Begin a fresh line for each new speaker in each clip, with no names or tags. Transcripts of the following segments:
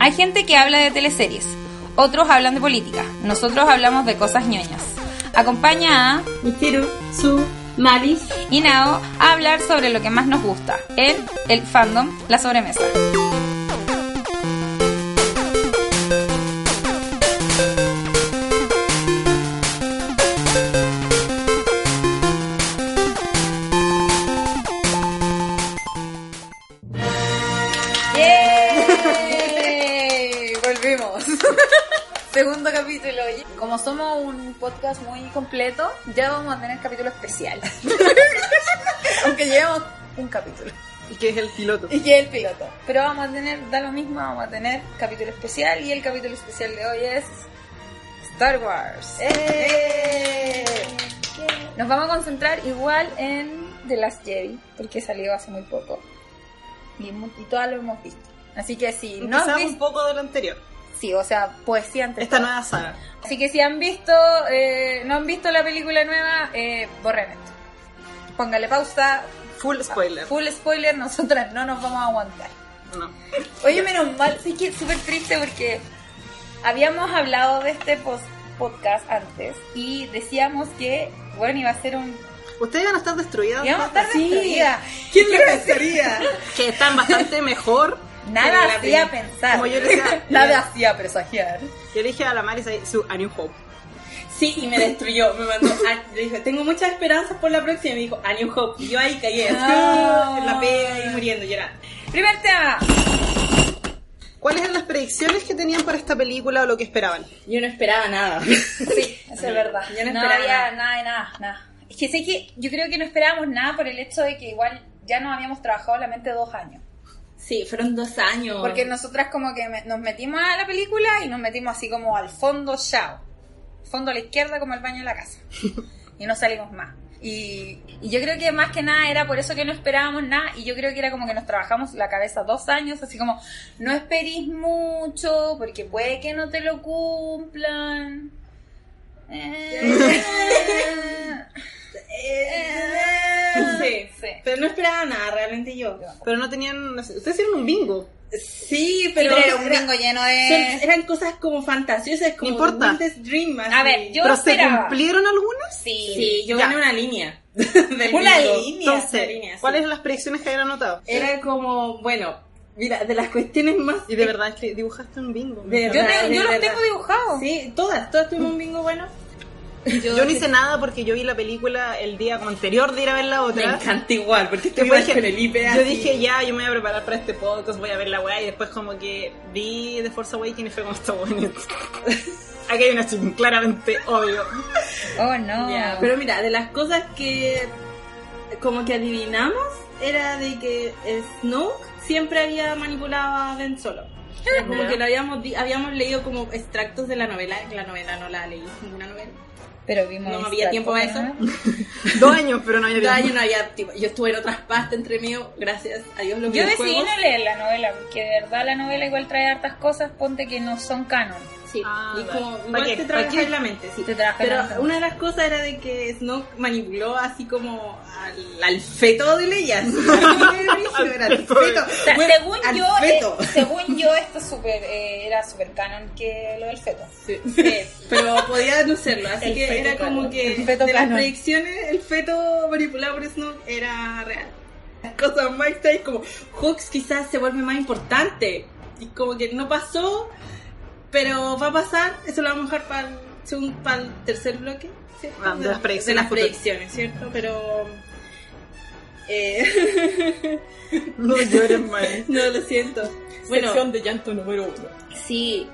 Hay gente que habla de teleseries, otros hablan de política, nosotros hablamos de cosas ñoñas. Acompaña a
Michiru, Su, Maris.
y Nao a hablar sobre lo que más nos gusta, el, el fandom, la sobremesa.
Volvimos. Segundo capítulo. Como somos un podcast muy completo, ya vamos a tener capítulo especial. Aunque llevamos un capítulo.
Y que es el piloto.
Y que es el piloto. Pero vamos a tener, da lo mismo, vamos a tener capítulo especial. Y el capítulo especial de hoy es Star Wars. ¡Eh! Nos vamos a concentrar igual en The Last Jedi, porque salió hace muy poco. Y, mu- y todas lo hemos visto. Así que si no has
Empezamos
visto...
un poco de lo anterior.
Sí, o sea, poesía antes.
Esta nueva saga.
Así que si han visto, eh, no han visto la película nueva, eh, borren esto. Póngale pausa.
Full spoiler.
Full spoiler, nosotras no nos vamos a aguantar.
No.
Oye, menos mal, sí que es súper triste porque habíamos hablado de este pos- podcast antes y decíamos que, bueno, iba a ser un...
Ustedes van a estar destruidas.
Íbamos a estar
Sí.
destruidas.
¿Quién lo pensaría? que están bastante mejor. que
Nada
la
hacía
peli-
pensar.
Como yo le decía,
Nada hacía presagiar.
yo le dije a la Maris ahí, su A New Hope.
Sí, y me destruyó. Me mandó. a- le dijo, tengo muchas esperanzas por la próxima. Y me dijo, A New Hope. Y yo ahí caí. así,
Ah.
En la pega y muriendo, llorando.
Primer tema.
¿Cuáles eran las predicciones que tenían para esta película o lo que esperaban?
Yo no esperaba nada.
Sí, eso es verdad.
Yo no
no
esperaba
había nada de nada, nada. Es que sé que yo creo que no esperábamos nada por el hecho de que igual ya nos habíamos trabajado la mente dos años.
Sí, fueron dos años.
Porque nosotras como que me- nos metimos a la película y nos metimos así como al fondo chao. Fondo a la izquierda como el baño de la casa. y no salimos más. Y, y yo creo que más que nada era por eso que no esperábamos nada y yo creo que era como que nos trabajamos la cabeza dos años, así como no esperís mucho porque puede que no te lo cumplan. Eh.
Sí, sí. Pero no esperaba nada, realmente yo.
Pero no tenían. Ustedes hicieron un bingo.
Sí,
Pero
pero.
era un
era-
bingo lleno
son-
de...
eran cosas como fantasiosas, como
importa.
Wildest Dream. así.
A ver, yo
¿Pero se
esperaba.
cumplieron algunas?
Sí, yo
Ya.
gané una línea. del
Una
bingo.
línea.
Entonces,
una línea, sí.
¿cuáles eran las predicciones que habían anotado?
Era como, bueno, mira, de las cuestiones más.
Y de verdad es que dibujaste un bingo. me
De
encanta.
Yo,
verdad,
te- yo
de
los
verdad.
tengo dibujados.
Sí, todas, todas tuvimos un bingo bueno.
Yo, no hice nada porque yo vi la película el día como anterior de ir a ver la
Me
otra.
encanta igual, porque
Yo
estoy igual
dije-
con el IP.
yo dije, ya, yo me voy a preparar para este podcast, voy a ver la weá, y después como que vi The Force Awakens y fue como, está bueno. Aquí hay una ching, claramente, obvio.
Oh, no.
Pero mira, de las cosas que como que adivinamos era de que Snoke siempre había manipulado a Ben Solo. Era Como
Ya.
que lo habíamos, di- habíamos leído como extractos de la novela, que la novela no la leí, ninguna novela.
Pero vimos.
No había tiempo para eso.
Dos años, pero no había
Yo,
visto.
no había, tipo, yo estuve en otras pastas entre medio, gracias a Dios los
Yo decidí
videojuegos.
no leer la novela, porque de verdad la novela igual trae hartas cosas, ponte que no son canon.
Sí,
Ah,
y
vale.
como
¿Para
igual
qué?
te
¿Para
trabaja
qué?
en la mente, sí.
Te trabaja en
Pero
la mente.
una de las cosas era de que Snoke manipuló así como al, al feto de Leia. así, era al feto.
O sea,
Bueno,
según,
al
yo,
feto.
eh, según yo, esto es super, eh, era super canon que lo del feto. Eh,
Sí, pero podía no serlo, así
El
que
feto
era como
canon.
que
El feto
de las
canon.
predicciones el feto manipulado por Snoke era real. Las cosas más extrañas como Hux quizás se vuelve más importante y como que no pasó, pero va a pasar, eso lo vamos a dejar para el, segun- para el tercer bloque, ¿cierto?
Ah, de las predicciones
de las
futuras.
predicciones, ¿cierto? Pero... eh,
No llores, man.
no, lo siento.
de llanto número uno.
Sí.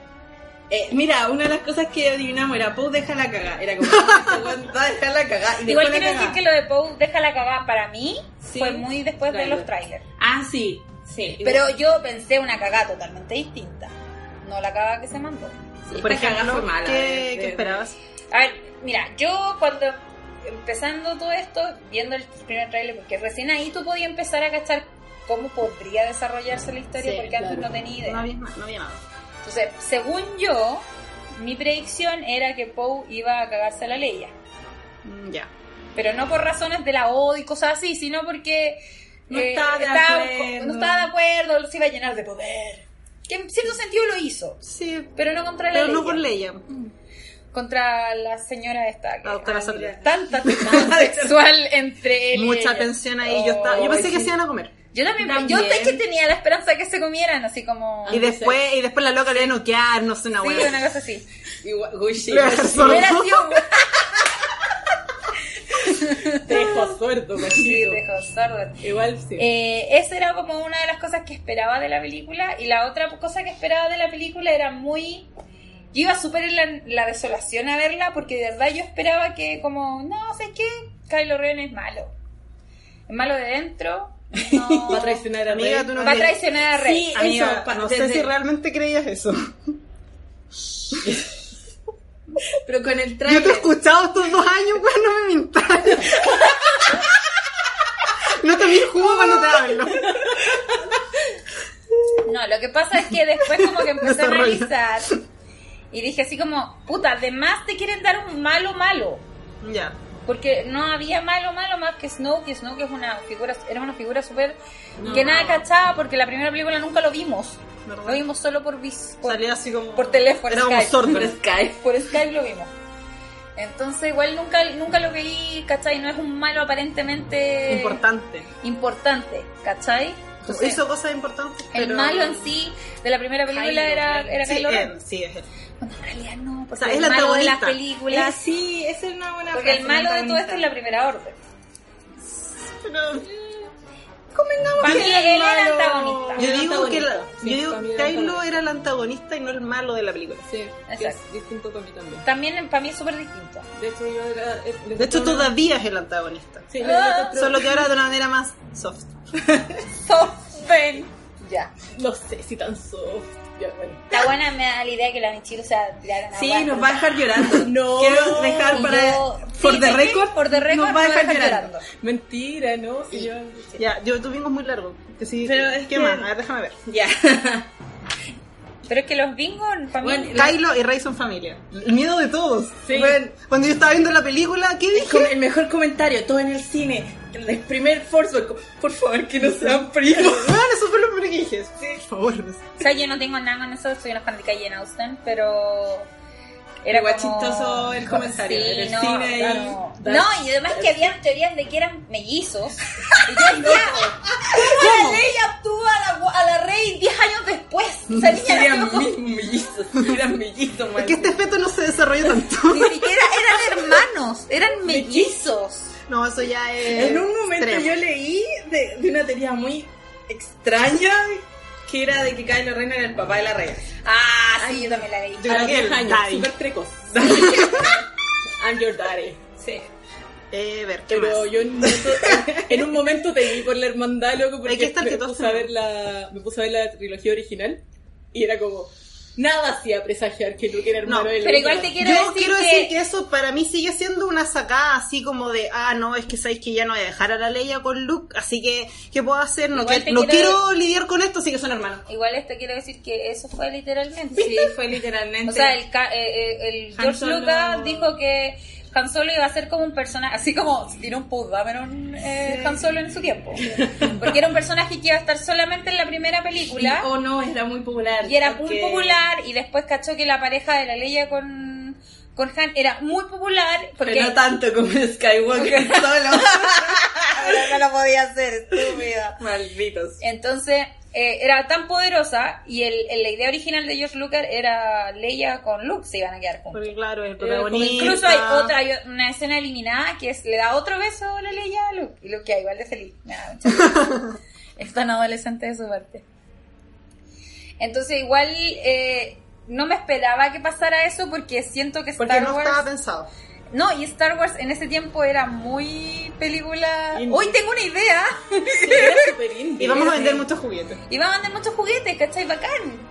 Eh, mira, una de las cosas que adivinamos era Pou deja la cagada. Era como, "Este weón va a dejar la cagada. Y dejó
Igual
la
quiero decir
cagá.
que lo de Poe deja la cagada para mí
Sí.
fue muy después de
Trailer.
los trailers.
Ah, sí. Sí.
Pero yo pensé una cagada totalmente distinta. No la cagada que se mandó.
Sí,
Por
esta cagá
ejemplo,
fue mala, eh,
¿qué,
de-
qué
de-
esperabas?
A ver, mira, yo cuando empezando todo esto, viendo el primer tráiler, porque recién ahí tú podías empezar a cachar cómo podría desarrollarse la historia,
Sí,
porque antes
claro.
no tenía
No
idea.
había, na- no había nada.
Entonces, según yo, mi predicción era que Poe iba a cagarse a la Leia.
Mm, Ya.
Pero no por razones de la odio y cosas así, sino porque eh,
No estaba de
co-
acuerdo.
no estaba de acuerdo, se iba a llenar de poder. que en cierto sentido lo hizo,
Sí,
pero no contra la
pero
ley.
no por ley. ya.
Contra la señora esta. que-
La doctora
Ay,
Sandra.
mira, Tanta tensión sexual entre él y
Mucha
ella.
tensión ahí. Yo, estaba, yo
Ay,
pensé que
Eh, oh, sí.
se iban a comer.
Yo también,
También.
yo sé que tenía la esperanza de que se comieran, así como...
Y después, y después la loca le iba a noquear, no sé, una
Ah, Sí,
hueá.
una cosa así.
Igual,
Le
Gucci,
iba a dejar sordo.
Hubiera sido...
te dejo sordo,
Sí,
Gucci.
dejó sordo.
Igual sí.
Eh, esa era como una de las cosas que esperaba de la película. Y la otra cosa que esperaba de la película era muy. Yo iba súper en la, la desolación a verla porque de verdad yo esperaba que, como, no, sé qué? Kylo Ren es malo. Es malo de dentro. no.
Va a traicionar a
Amiga,
Rey.
tú no
Va a traicionar a Rey.
Sí,
Amiga,
eso, pa-
no sé
desde-
si realmente creías eso.
Pero con el
Yo
trailer.
te he escuchado estos dos años, weón, no me mintas. No te vi jugo cuando te hablo.
No, lo que pasa es que después como que empecé a
Desarrolla.
analizar y dije así como, puta, además te quieren dar un malo malo.
Ya.
Porque no había malo malo más que Snow, que Snow que es una figura, era una figura súper que nada cachaba porque la primera película nunca lo vimos.
¿Verdad?
Lo vimos solo por vis, por,
Salía así como.
por teléfono,
Era como
Skype.
sordo.
Por Skype.
por Skype lo vimos. Entonces igual nunca, nunca lo veí, ¿cachai? No es un malo aparentemente
Importante.
importante, ¿cachai? Entonces,
Hizo cosas importantes.
el
pero-
malo en sí de la primera película
Kylo
era,
Ren.
era
Sí,
Kylo Ren.
él, sí, es él.
Cuando en realidad no, porque
O sea,
el
es la
malo de las
antagonista.
Eh,
películas.
sí, esa es una buena
porque el
frase,
malo de todo esto es la
antagonista.
primera orden.
Pero-
Para mí él era
malo.
antagonista.
Yo
Era
digo que la-
antagonista.
yo
Sí,
digo
también
que
era
Kylo
antagonista.
era el antagonista y no el malo de la película.
Sí, que
Exacto.
es distinto para mí también.
También para mí es súper distinto.
De hecho, yo era. eh, le
De hecho,
encontré una-
todavía es el antagonista.
Sí, le- le encontré-
Solo que ahora de una manera más soft.
Sofen. Oh, Ya.
No sé si tan soft. Ya, bueno.
Está buena me da la idea que la Michiru se tiraron
Sí, nos va a dejar llorando. No,
Oh.
quiero dejar para.
por the record, por the record
nos va a dejar llorando.
llorando.
Mentira, ¿no? Si yo...
Ya, yo tuvimos muy largo. Que sí,
Pero es
¿Qué
que-
más? A ver, déjame ver.
Ya.
Pero es que los bingos para mí
Bueno,
Kylo y Rey son familia. El miedo de todos.
Sí.
Bueno, cuando yo estaba viendo la película, ¿qué
el, com-
dije?
el mejor comentario, todo en el cine. El primer Force, Awakens, por favor, que no sean primos.
Bueno, eso fue lo primero que "Ah, dije. Por favor. no sé.
o sea, yo no tengo nada con eso, soy una fan de Calle en Austin, pero era
Igual
como-
chistoso el comentario,
Sí,
el
no,
cine y-
claro. No, y además que había teorías de que eran mellizos. Y yo decía, ¿cómo la ley actúa a la, a la rey 10 años después? Esa niña nació
Eran
con-
mismos mellizos, eran mellizos, man.
Es que este feto no se desarrolla tanto.
Ni siquiera eran hermanos, eran mellizos.
No, eso ya es.
En un momento
extremo.
yo leí de, de una teoría muy extraña que era de que Kylo Ren era el papá de la reina.
Ah, sí, yo también la leí.
Yo
A
creo
los
que
10
el
años,
daddy.
súper precoz. I'm your daddy.
Sí.
Eh, ver, ¿qué
Pero
más?
yo en, en un momento te vi por la hermandad, loco, porque
Hay que estar
me,
tetos,
puse a
¿no?
ver la, me puse a ver la trilogía original y era como, nada hacía presagiar que Luke era hermano
No,
de
Pero
Leia.
igual te quiero,
yo
decir,
quiero
que,
decir que eso para mí sigue siendo una sacada así como de, ah, no, es que sabéis que ya no voy a dejar a la Leia con Luke, así que, ¿qué puedo hacer? No,
Igual
que-
te
no
quiero-
quiero lidiar con esto, así que son hermanos.
Igual esto quiero decir que eso fue literalmente.
Sí, fue literalmente.
O sea, el, ca- eh, eh, el
Han
George
Solo-
Lucas dijo que Han Solo iba a ser como un personaje, así como se tiró un Paul Dameron eh, Han Solo en su tiempo. Porque era un personaje que iba a estar solamente en la primera película.
Y- o no, era muy popular.
Y era
porque-
muy popular y después cachó que la pareja de la Leia con, con Han era muy popular porque
Pero no tanto como Skywalker solo.
no lo podía hacer, estúpida.
Malditos.
Entonces eh, era tan poderosa y el, el- la idea original de George Lucas era Leia con Luke se iban a quedar juntos.
Porque claro, el
Pero Eh, como
protagonista.
Incluso hay otra, hay una escena eliminada que es le da otro beso la Leia a Luke y Luke queda igual de feliz. Me da mucha risa. es tan adolescente de su parte. Entonces igual eh, no me esperaba que pasara eso porque siento que
Porque
Star
no
Wars
estaba pensado.
no, y Star Wars en ese tiempo era muy película.
Indie.
Hoy tengo una idea.
Era súper indie.
Y vamos a vender muchos juguetes.
Y va a mandar muchos juguetes, ¿cachai? Bacán.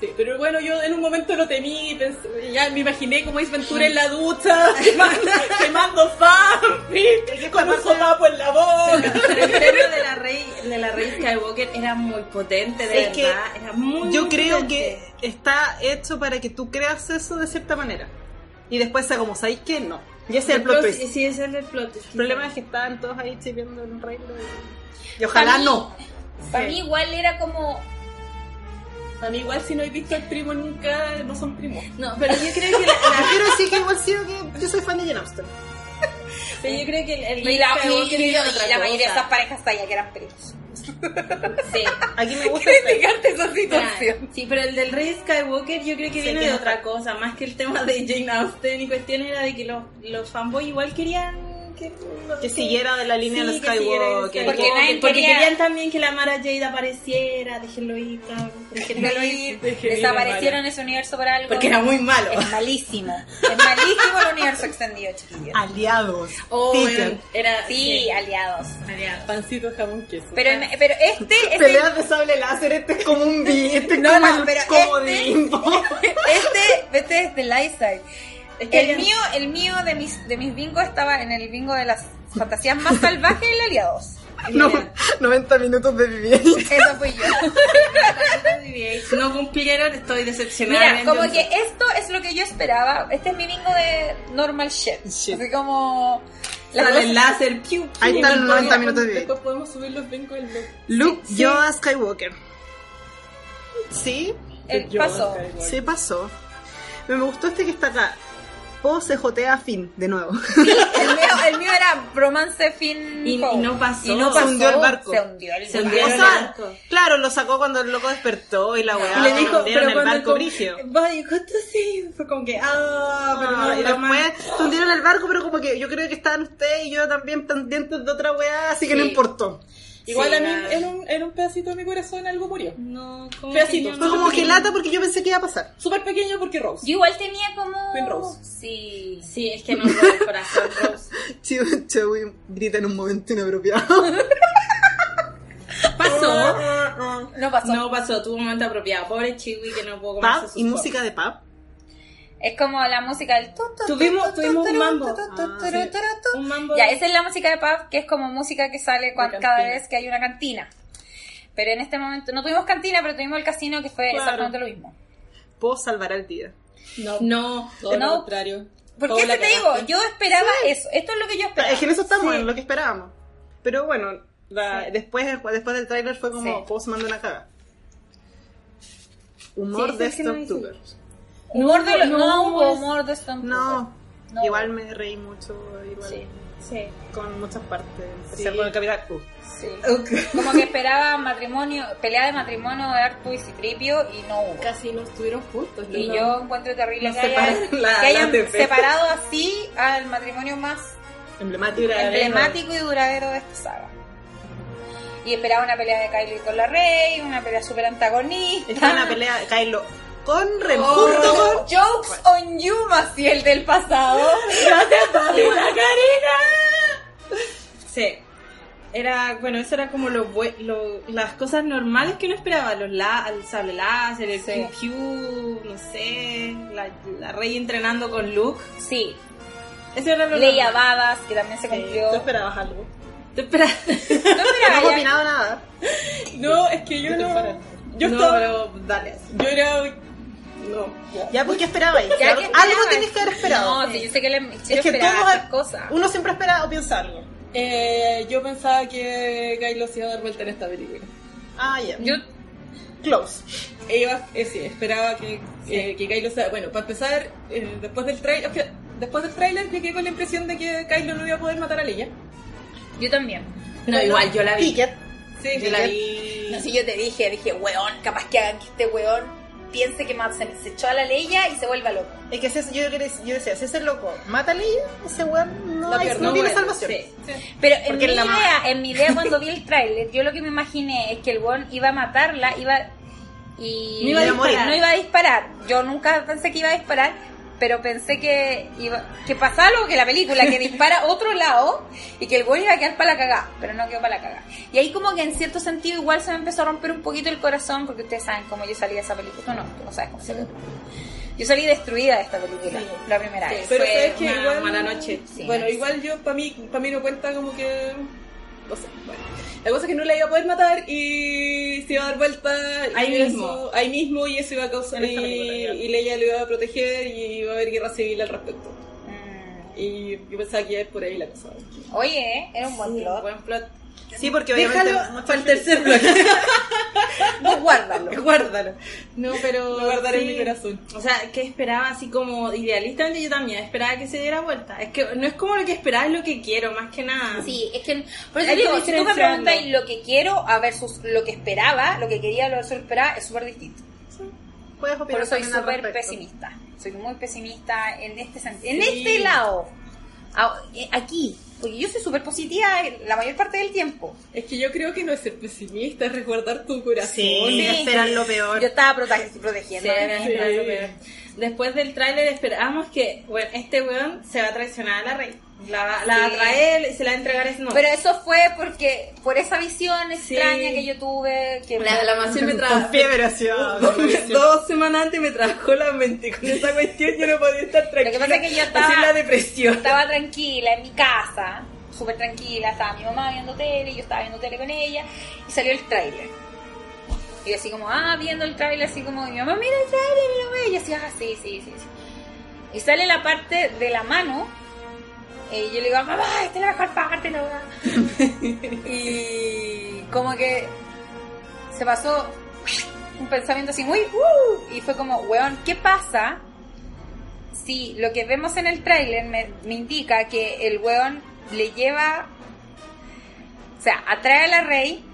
Sí, pero bueno, yo en un momento lo temí, y pensé- ya me imaginé como es Ventura en la ducha, quemando- quemando fanfic, con un sopapo en la boca.
Pero el tema de la rey de la rey Skywalker era muy potente de
Es que
verdad era muy
Yo
muy
creo que
potente.
está hecho para que tú creas eso de cierta manera. Y después sea como, ¿sabéis qué? No. Y ese es el plot
Entonces,
twist.
sí ese es el plot twist.
El problema es que estaban todos ahí chiviendo en un reino. Y ojalá
mí-
no.
Para mí igual era como...
A mí igual si no he visto al primo nunca, no son primos.
No, pero yo creo que, la- la-
Pero sí que igual sido que yo soy fan de Jane Austen.
pero yo creo que el, el
Y la, y-
Skywalker
y-
era
y
otra
la mayoría de
cosa.
esas parejas hasta allá que eran primos.
Sí.
Aquí me gusta este.
Criticarte esa
Claro.
situación.
Sí, pero el del rey Skywalker yo creo que viene
que
de
no-
otra cosa, más que el tema de Jane Austen y cuestión era de que los, los fanboys igual querían que,
que siguiera de la línea
Sí,
de los
que siguiera el
Skywalker.
Skywalker.
Porque nadie
Porque
quería-
querían también que la Mara Jade apareciera, déjenlo ir, cabrón, déjenlo
Déjalo
ir.
ir. Desaparecieron ese universo por algo.
Porque era muy malo.
Es malísimo. Es malísimo el universo extendido, chiquillos.
Aliados.
Oh,
Teacher.
bueno, era
Sí, aliados.
Era pancito jamón queso.
Pero, en- pero este es el
Peleas de sable láser, este es como un bi, este es
No,
como
no,
el
pero
como
este-
de Imbo.
Este, este es de Lifestyle.
que
el
hayan-
mío, el mío de mis, de mis bingos estaba en el bingo de las fantasías más salvajes del Aliados.
No, 90 minutos de vivienda.
Eso fui yo.
No cumplieron, estoy decepcionada.
Mira,
Bien,
como
yo-
que esto es lo que yo esperaba. Este es mi bingo de normal shit.
Shit.
Así como las
Sale
cosas-
el láser, piu, piu.
Ahí están los 90
Podemos-
minutos de video.
Después podemos subir los brincos del blog.
Luke, Yoda, Skywalker. Sí,
Eh,
el paso.
se pasó. Pero Me gustó este que está acá. Po se jotea a Finn, de nuevo.
El mío, el mío era romance fin.
Y- y
Poe.
no pasó.
Y no
Se
pasó.
hundió el barco.
Se hundió el
Se
barco.
hundieron
o
el
sea,
barco.
claro, lo sacó cuando el loco despertó y la weá.
Ah,
Y le dijo,
hundieron
pero
el
cuando
barco
como-
brigio.
Vaya, ¿cuánto sí? Fue como que, ah, pero no,
y
era más.
después se hundieron el barco, pero como que yo creo que estaban ustedes y yo también pendientes de otra weá, así que no importó.
Igual
Sí,
a mí,
nada.
en un, en un pedacito de mi corazón algo murió.
No, como
Pedacito.
que
Fue
yo no-
como que lata porque yo pensé que iba a pasar.
Súper pequeño porque Rose.
Yo igual tenía como.
Primrose.
Sí.
Sí, es que no me el corazón, Rose.
Chewie Chewie grita en un momento inapropiado.
¿Pasó?
No pasó.
No pasó, tuvo un momento apropiado. Pobre Chiwi que no puedo comerse
Pap
sus
y música de pap.
Es como la música del... tu, tu, tu,
Tuvimos-
tu, tu,
tuvimos un
tu,
mambo.
tu, tu,
Ah,
tu,
sí.
tu, tu.
Un mambo.
Ya, esa es la música de pub, que es como música que sale cuan-
De cantina.
cada vez que hay una cantina. Pero en este momento, no tuvimos cantina, pero tuvimos el casino, que fue
Claro.
exactamente lo mismo.
Po salvará el día.
No, no, todo
No.
lo contrario.
Porque
Paola,
este te digo,
cagaste.
yo esperaba eso. Esto es lo que yo esperaba.
Es que en eso estamos, en lo que esperábamos. Pero bueno, la- después, después del tráiler fue como
Sí.
Po se mandó una caga. Humor
Sí,
de este
es que no hice-
Stormtrooper.
Humor de los-
no,
no, hubo
es-
humor de Stone
No,
No.
igual me reí mucho, igual
Sí.
Sí.
con muchas partes.
Sí.
O sea, con el capitán Q.
Sí. Como que esperaba matrimonio, pelea de matrimonio de Artu y Citripio y no hubo.
Casi no estuvieron juntos.
Y
¿no?
yo encuentro terrible
Nos
que, haya-
separan la-
que hayan
la ATP.
separado así al matrimonio más
Emblemático.
emblemático y duradero de esta saga. Y esperaba una pelea de Kylo con la Rey, una pelea super antagonista.
Está en la pelea de Kylo con Ren.
Oh,
junto con-
Jokes on you, Maciel del pasado.
Sí. Era, bueno, eso era como lo, bue- lo- las cosas normales que uno esperaba, los la, el sable láser, el
Sí.
piu piu, no sé, la, la rey entrenando con Luke.
Sí,
Eso era lo
Leia
normal.
Babas, que también se cumplió.
¿Tú esperabas algo?
Te espera-
No esperaba
No he
ya-
opinado nada.
No, es que yo no. Yo
No,
estaba.
pero dale.
Yo era. No. ya.
Ya, pues, ¿qué esperabais?
ya
algo
que
algo
esperabas.
tenías que haber esperado.
No, sí, yo sé que le, yo
es que
esperaba
todos-
otras cosas.
Uno siempre espera o piensa algo.
Eh, yo pensaba que Kylo se iba a dar vuelta en esta película.
Ah, ya.
Yo
Close.
E iba- eh, sí, esperaba que, eh, que Kylo sea. Bueno, para empezar, eh, después del trailer. después del trailer yo quedé con la impresión de que Kylo no iba a poder matar a Leia.
Yo también.
No, igual, yo la vi.
Ticket.
Sí,
yo
yo
la
la vi.
No, si yo te dije, dije, weón, capaz que hagan que este weón piense que Matt se, se echó a la leya y se vuelva loco.
Es que si es- yo, quería- yo decía, si ese loco mata a Leia, ese weón no, hay- no tiene salvación.
Pero en
Porque
mi,
la ma-
idea, en mi idea, cuando vi el tráiler, yo lo que me imaginé es que el weón iba a matarla, iba y
No iba a disparar.
no iba a disparar. Yo nunca pensé que iba a disparar, pero pensé que iba, que pasaba algo que la película, que dispara a otro lado y que el weón iba a quedar para la cagada, pero no quedó para la cagada. Y ahí como que en cierto sentido igual se me empezó a romper un poquito el corazón, porque ustedes saben cómo yo salí de esa película. Tú no, tú no sabes cómo salí. Yo salí destruida de esta película,
Sí.
la primera vez.
Pero
Fue
sabes que
una
igual.
mala noche.
Sí,
bueno,
no sé.
igual yo, para mí, para mí no cuenta como que. No sé, bueno. La cosa es que no la iba a poder matar y se iba a dar vuelta. y
Ahí
eso-
mismo.
ahí mismo y eso iba a causar.
En
Y,
esta película, claro.
y Leia lo iba a proteger y iba a haber guerra civil al respecto.
Mm.
Y yo pensaba que iba a ir por ahí la cosa.
Oye, era un buen plot.
Buen plot.
Sí, porque obviamente.
Déjalo
muchas
para el tercer bloque.
Vos guárdalo.
Guárdalo. No, pero.
Lo guardaré en mi
"Oh, sí.
corazón.
O sea, que esperaba así como idealistamente yo también esperaba que se diera vuelta. Es que no es como lo que esperaba, es lo que quiero, más que nada.
Sí, es que por eso
Hay que
digo, si tú me
diferenciarlo.
preguntáis lo que quiero a versus lo que esperaba, lo que quería lo versus lo que esperaba, es súper distinto.
Puedes opinar
Por eso soy
también al
súper
respecto.
pesimista. Soy muy pesimista en este sentido. En
Sí.
este lado. A- eh, Aquí. Porque yo soy súper positiva la mayor parte del tiempo.
Es que yo creo que no es ser pesimista, es resguardar tu corazón.
Sí,
Sí.
esperar lo peor.
Yo estaba prote- protegiendo.
Sí. Después del tráiler esperamos que bueno, este weón se va a traicionar a la reina. La, va- la va a
Sí.
traer y se la va a entregar a Snow.
Pero eso fue porque por esa visión
Sí.
extraña que yo tuve. Que
La, la Maciel me
Con
trajo.
fiebre así, ah,
Dos semanas antes me trajo la mente con esa cuestión, yo no podía estar
Lo
tranquila.
que pasa es que yo
Así
estaba-
la depresión.
estaba tranquila en mi casa, súper tranquila, estaba mi mamá viendo tele, yo estaba viendo tele con ella, y salió el tráiler. Y yo así como, ah, viendo el tráiler, así como, y mi mamá, mira el tráiler, mira, güey. Y yo así, ah, sí, sí, sí, sí. Y sale la parte de la mano, eh, y yo le digo, mamá, esta es la mejor parte, la verdad. y como que se pasó un pensamiento así muy, uh, y fue como, weón, ¿qué pasa? Sí, lo que vemos en el tráiler me, me indica que el weón le lleva, o sea, atrae a la Rey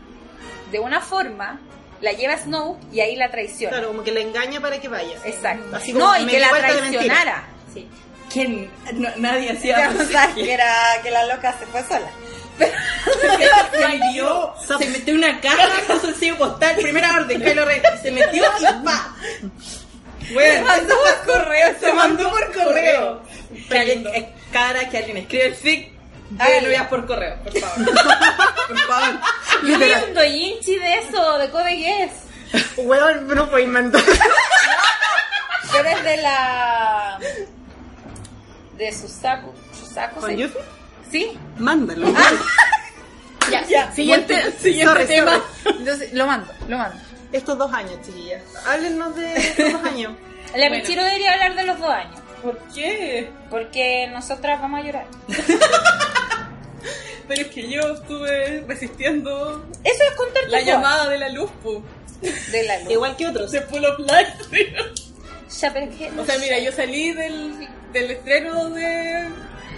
de una forma, la lleva a Snow y ahí la traiciona.
Claro, como que le engaña para que vaya.
Exacto.
Así como
No, y
me
que
di
la
cuenta de mentira.
traicionara.
Sí. ¿Quién? No, nadie
Ya,
hacía.
o sea, que, era- que la loca se fue sola.
Se dio, se metió una caja con sencillo postal, primera orden, Kylo Ren. Se metió y pa. Bueno,
Mandó por correo.
se mandó por correo. Que alguien, eh, cara que alguien escribe el fic, de
Ay.
novias por correo, por favor. por favor.
Yo vi un doyinchi de eso, de Code Geass.
Weón, no fue inventar.
Pero es de la... De Susaku. Susaku
¿Con Ah,
sí.
Yuffie?
Sí.
Mándalo.
Ya,
Siguiente,
Sorry, sorry. Entonces, lo mando, lo mando.
Estos dos años, chiquillas. Háblenos de estos dos años.
La Michiro debería hablar de los dos años.
¿Por qué?
Porque nosotras vamos a llorar.
Pero es que yo estuve resistiendo
Eso es contarte
la
todo.
llamada de la luz, pu.
de la luz.
Igual que otros.
De Pull Up Live.
Ya, pero es que-
O sea, mira, yo salí del, del estreno de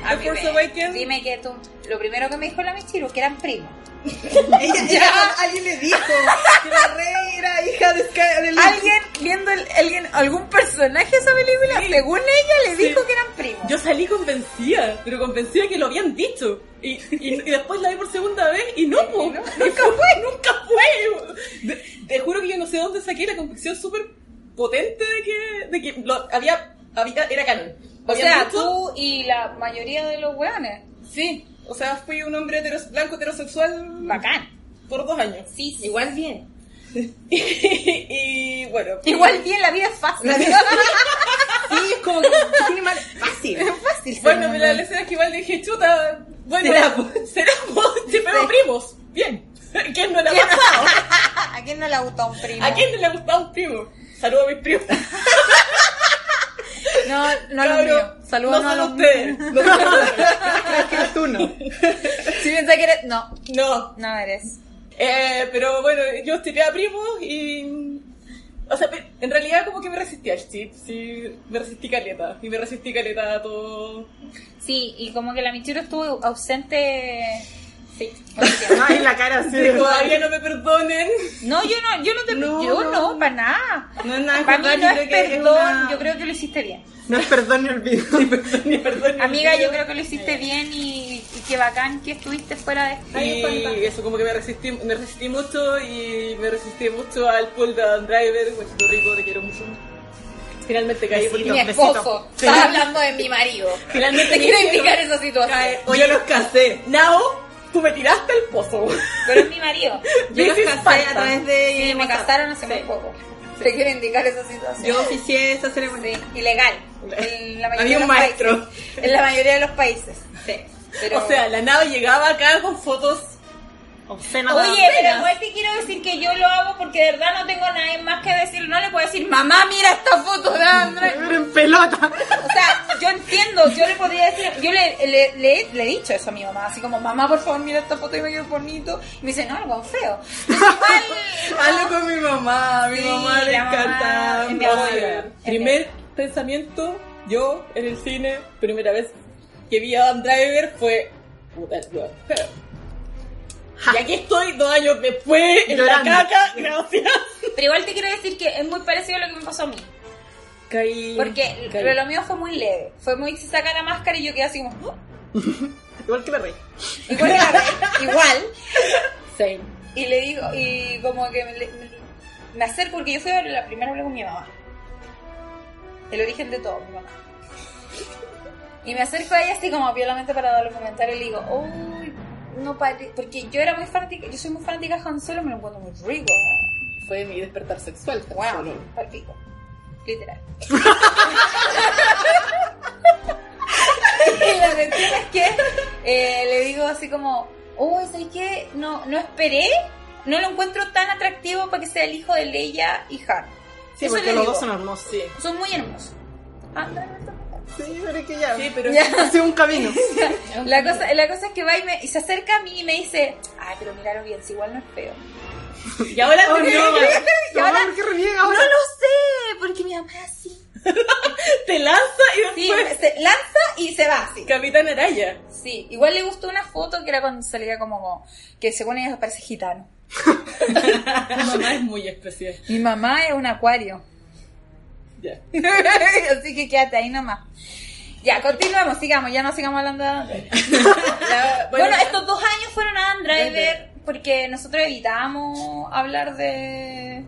A
The
mí
Force
me-
Awakens.
Dime que tú. Lo primero que me dijo la Michiro que eran primos.
Alguien le dijo que la reina era hija de Sky de Luke.
Alguien viendo el- alguien, algún personaje de esa película, según ella, le dijo que eran primos.
Yo salí convencida, pero convencida que lo habían dicho. Y, y- y después la vi por segunda vez y no, po. nunca fue, nunca fue. De- te juro que yo no sé dónde saqué la convicción súper potente de que, de que lo- había, había, era canon.
o
Lo habían
sea,
dicho.
tú y la mayoría de los weones.
Sí, o sea, fui un hombre heteros- blanco heterosexual
Bacán.
por dos años.
Sí, sí.
Igual bien.
y bueno,
Igual bien la vida es fácil.
Sí, es como que tiene mal. Fácil.
fácil.
bueno, de la escena que igual dije, chuta, bueno,
Será,
será,
po.
pues. po, te pego primos. Bien, ¿quién no le ha pasado?
¿A quién no le gusta un primo?
¿A quién no le gustaba un primo? Saludos a mis primos.
No, no a los
Cabro,
míos. Saludos
no
no a
son
los
ustedes.
míos.
No, son ustedes.
que tú no.
Si piensas que eres. No,
No.
no eres.
Eh, pero bueno, yo estiré a primos y... O sea, pe- en realidad como que me resistí al chip, sí, me resistí caleta, y me resistí caleta a todo.
Sí, y como que la Michiro estuvo ausente. Sí.
Ay, la cara así.
Que todavía no me perdonen.
No, yo no, yo no te
No,
yo no,
no.
para nada.
No es nada que
Para mí
jugar,
no es
yo creo que es
perdón,
una-
yo creo que lo hiciste bien.
No es perdón ni olvido.
Ni perdón, ni
Amiga, yo
olvido.
creo que lo hiciste bien y, y qué bacán que estuviste fuera de este.
Y eso, como que me resistí, me resistí mucho y me resistí mucho al pull down driver, Puerto Rico, te quiero mucho. Finalmente caí porque
Mi esposo. Estaba hablando de mi marido.
Finalmente
Te
me
quiero
hicieron
indicar esa situación.
caer. Yo los casé. Now, tú me tiraste al pozo.
Pero es mi marido.
Yo los
This is
casé
Sparta.
a través de.
Sí, me casaron hace muy poco. Te quiero indicar esa situación.
Yo oficié esa ceremonia.
Sí, ilegal. En la mayoría
Había
de
un
los
maestro.
países. en la mayoría de los países.
Sí.
Pero
O sea, la nave llegaba acá con fotos
obscena.
Oye, pero
obscena.
igual te quiero decir que yo lo hago porque de verdad no tengo nadie más que decir. No le puedo decir, mamá, mira esta foto de Andrés.
Pero en pelota.
O sea, yo entiendo, yo le podría decir, yo le, le, le- le he dicho eso a mi mamá, así como, mamá, por favor, mira esta foto y me quedo bonito. Y me dice, no, algo feo. Entonces, igual,
Hablo con mi mamá, mi
Sí,
mamá le
la mamá
encanta.
es mi
Oye,
abuela.
Primer pensamiento, yo en el cine, primera vez que vi a Adam Driver fue. Puta, el weón feo. Y aquí estoy dos años después, en
Llorando.
la caca, gracias.
pero igual te quiero decir que es muy parecido a lo que me pasó a mí.
Caí.
Porque
caí.
pero lo mío fue muy leve. Fue muy, se saca la máscara y yo quedé así como, "Oh".
Igual que la rey.
igual, que la Rey, igual.
Same.
Y le digo, y como que me, me- me acerco porque yo fui a la primera hablé con mi mamá. El origen de todo, mi mamá. Y me acerco a ella así como violamente para darle un comentario y le digo, uy, no pare... Porque yo era muy fanática, yo soy muy fanática de Han Solo, me lo encuentro muy rico.
Fue mi despertar sexual. tan
Wow,
solo.
palpico. Literal. y la cuestión es que eh, le digo así como, uy, ¿sabes qué? No, no esperé, no lo encuentro tan atractivo para que sea el hijo de Leia y Han.
Sí,
Eso
porque
le
los
digo.
dos son hermosos. Sí,
Son muy hermosos. Anda, no está-
pero es que ya.
Sí, pero.
Ya.
Hace un camino.
La cosa, la cosa es que va y, me- y se acerca a mí y me dice, ay, pero míralo bien, si igual no es feo.
Y ahora
Oh, no,
te-
no,
ahora-
¿por qué reniega
No
ahora?
lo sé, porque mi mamá es así.
te lanza y
Sí,
después.
se lanza y se va así.
Capitán Araya.
Sí, igual le gustó una foto que era cuando salía como que según ella parece gitano.
Mi mamá es muy especial.
Mi mamá es un acuario.
Ya.
Así que quédate ahí nomás. Ya, continuemos, sigamos, ya no sigamos hablando de Adam Driver.
La-
Bueno,
ya.
estos dos años fueron a Adam Driver porque nosotros evitábamos hablar de.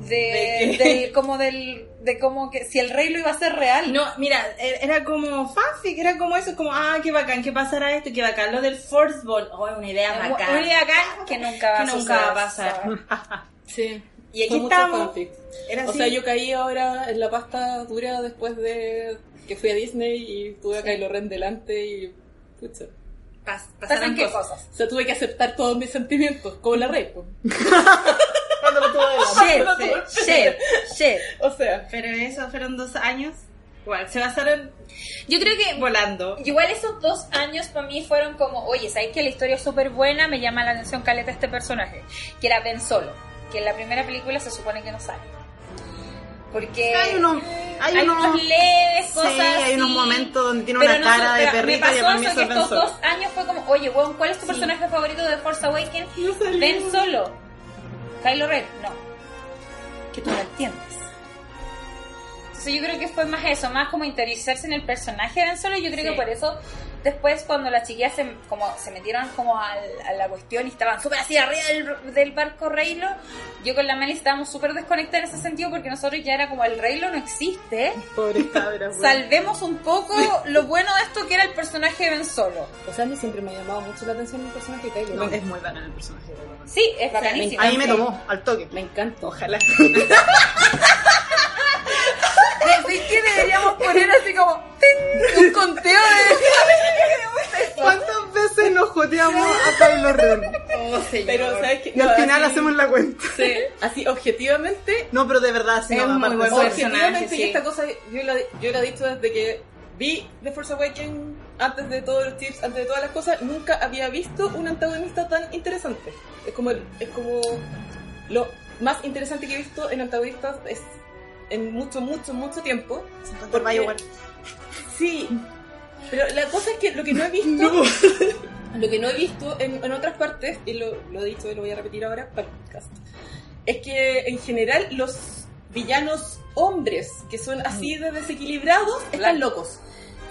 de.
¿De qué?
del- como del. de como que si el rey lo iba a ser real.
No, mira, e- era como fanfic, era como eso, como, ah, qué bacán, qué pasará esto, qué bacán, lo del Forceball, oh, es una idea
Una
bacán.
idea acá que nunca va a
Que nunca va a
suceder.
pasar.
Sí.
Y aquí
Fue mucho
estamos.
fanfic.
Era
O
así.
sea, yo caí ahora en la pasta dura después de que fui a Disney y tuve a Kylo Ren delante y. Pucha.
Pas-
¿Pasan
pasarán
qué
cosas.
cosas?
O sea, tuve que aceptar todos mis sentimientos, como la rey. po.
Cuando lo tuve de la-
Shit, shit, shit.
O sea,
Pero eso fueron dos años. Igual, se pasaron
Yo creo que
volando.
Igual esos dos años para mí fueron como, oye, ¿sabes que la historia es súper buena? Me llama la atención Caleta este personaje, que era Ben Solo, que en la primera película se supone que no sale. Porque
Hay unos. Hay,
hay
unos.
unos leves,
sí,
cosas
hay unos
así,
momentos donde tiene
pero
una
no
cara
sé,
de
pero
perrita
me
y
pasó
para mí
eso,
eso
que
es
estos
Benzo.
dos años fue como, oye, weón, ¿cuál es tu personaje favorito de Force Awakens? ben Solo. Kylo Ren, no. Que tú no entiendes. Entonces yo creo que fue más eso, más como interiorizarse en el personaje de Ben Solo. Yo creo
Sí.
que por eso después cuando las chiquillas se, como, se metieron como al- a la cuestión y estaban súper así arriba del, del barco Reylo, yo con la Meli estábamos súper desconectadas en ese sentido porque nosotros ya era como el Reylo no existe.
Pobre cabra. güey.
Salvemos un poco lo bueno de esto que era el personaje de Ben Solo.
o sea, a mí siempre me ha llamado mucho la atención mi personaje Kylo
No,
Ren.
es muy bacán el personaje. de verdad.
Sí, es bacanísimo.
A mí me tomó, al toque.
Me encanta, ojalá.
Así que deberíamos poner así como ¡ting! un conteo
¿Cuántas veces nos joteamos a Kylo Ren?
Pero, ¿sabes qué?
Y al
No,
final
así-
hacemos la cuenta.
sí, así, objetivamente,
No, pero de verdad, sí,
Es muy
no, aparte
buen
de eso,
personaje.
objetivamente,
sí.
y esta cosa yo la, yo la he dicho desde que vi The Force Awakens, antes de todos los tips, antes de todas las cosas, nunca había visto un antagonista tan interesante. Es como, el- es como lo más interesante que he visto en antagonistas es en mucho, mucho, mucho tiempo.
se encuentra en Bioware.
Sí, pero la cosa es que lo que no he visto, lo que no he visto en, en otras partes, y lo, lo he dicho y lo voy a repetir ahora para el podcast, es que en general los villanos hombres que son así de desequilibrados están locos.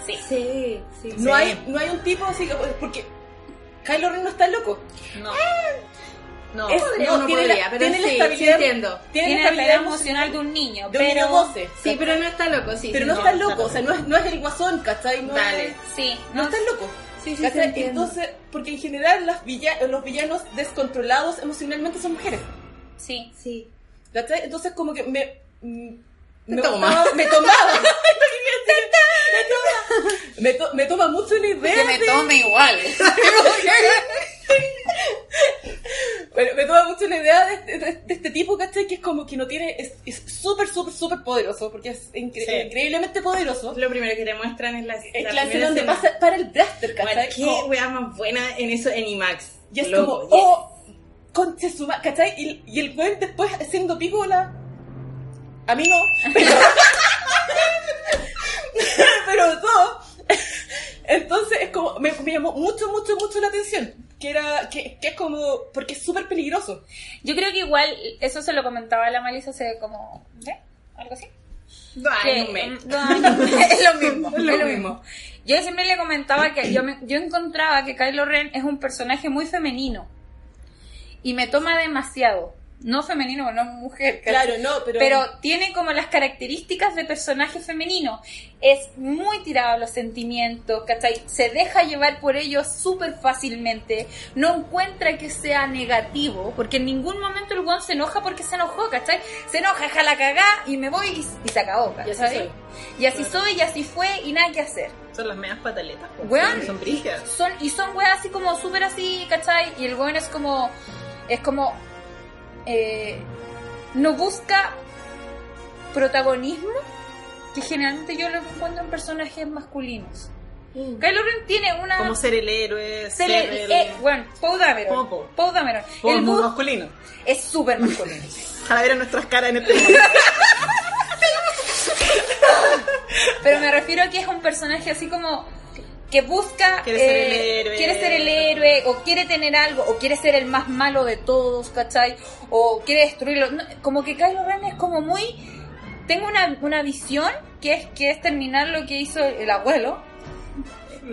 Sí. sí, sí.
No, hay, no hay un tipo así, que- porque Kylo Ren no está loco.
No. No.
Es-
Podría,
no,
no
tiene la-
podría, pero
tiene la
sí, sí
estabilidad-
entiendo.
Tiene,
Tiene la
la estabilidad
realidad
emocional
emocional de un niño,
de un niño
pero
12.
Sí, pero no está loco, sí.
pero
sí,
no, está
está
loco,
loco.
o sea, no es, no es el guasón, ¿cachai? No
Vale.
es-
sí,
no
no,
está loco.
Sí, sí,
¿Cachai?
sí, entiendo.
Entonces, porque en general las villa- los villanos descontrolados emocionalmente son mujeres.
sí,
Sí.
¿Cachai? Entonces como que me... mm,
Te
me
toma.
gustaba- me tomaba. Lo que iba a decir. me, toma. Me, to- me toma mucho la idea de-
tome igual.
Bueno, me toma mucho la idea de, este- de- de este tipo, ¿cachai? Que es como que no tiene. Es es súper, súper, súper poderoso, porque es incre-
Sí.
increíblemente poderoso.
Lo primero que te muestran es la,
Es
la
la escena
primera
donde
escena.
pasa para el blaster,
Bueno,
¿cachai?
qué
Como-
wea más buena en eso en IMAX.
y es
Loco, yes.
como, oh, conche su ma-", ¿cachai? Y, y el buen después haciendo pícola. A mí no, pero. pero todo. Entonces es como, me, me llamó mucho, mucho, mucho la atención. Que era, que, que es como, porque es súper peligroso.
Yo creo que igual eso se lo comentaba la Malisa hace como. ¿Ve? ¿Algo así?
No,
que- mm,
ay, no me-
no, es lo mismo, es lo
lo
mismo. Yo siempre le comentaba que yo, me- yo encontraba que Kylo Ren es un personaje muy femenino y me toma demasiado. No femenino, no mujer, ¿cachai?
Claro, no, pero.
pero tiene como las características de personaje femenino. Es muy tirado a los sentimientos, ¿cachai? Se deja llevar por ellos súper fácilmente. No encuentra que sea negativo, porque en ningún momento el guan se enoja porque se enojó, ¿cachai? Se enoja, deja la cagá y me voy y, y se acabó,
Y
¿cachai?
así soy.
Y así soy, y así fue, y nada que hacer.
Son las medias pataletas. po.
Weón,
Son brígidas.
Son, y son weas así como súper así, ¿cachai? Y el weón es como. Es como. eh, no busca protagonismo, que generalmente yo lo encuentro en personajes masculinos. Kylo Ren tiene una.
Como ser el héroe,
Mm. se
ser,
le-
el...
eh, weón, Poe Dameron.
Popo.
Poe Dameron.
Como
el bus
masculino.
es súper masculino.
Ojalá vieran nuestras caras en este momento.
Pero me refiero a que es un personaje así como que busca eh,
Quiere ser el héroe.
quiere ser el héroe o quiere tener algo o quiere ser el más malo de todos, ¿cachai? O quiere destruirlo. No, como que Kylo Ren es como muy tengo una, una visión que es que es terminar lo que hizo el abuelo,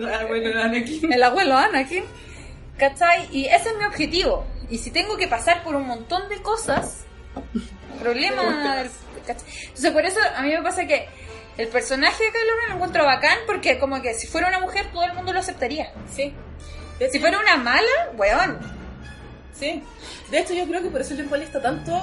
Ah, bueno, Anakin.
el abuelo Anakin, ¿cachai? Y ese es mi objetivo. Y si tengo que pasar por un montón de cosas, problema del- ¿cachai? Entonces, por eso a mí me pasa que el personaje de Kylo Ren lo encuentro bacán porque, como que si fuera una mujer, todo el mundo lo aceptaría.
Sí.
Si fuera una mala, weón.
Sí. De hecho, yo creo que por eso le molesta tanto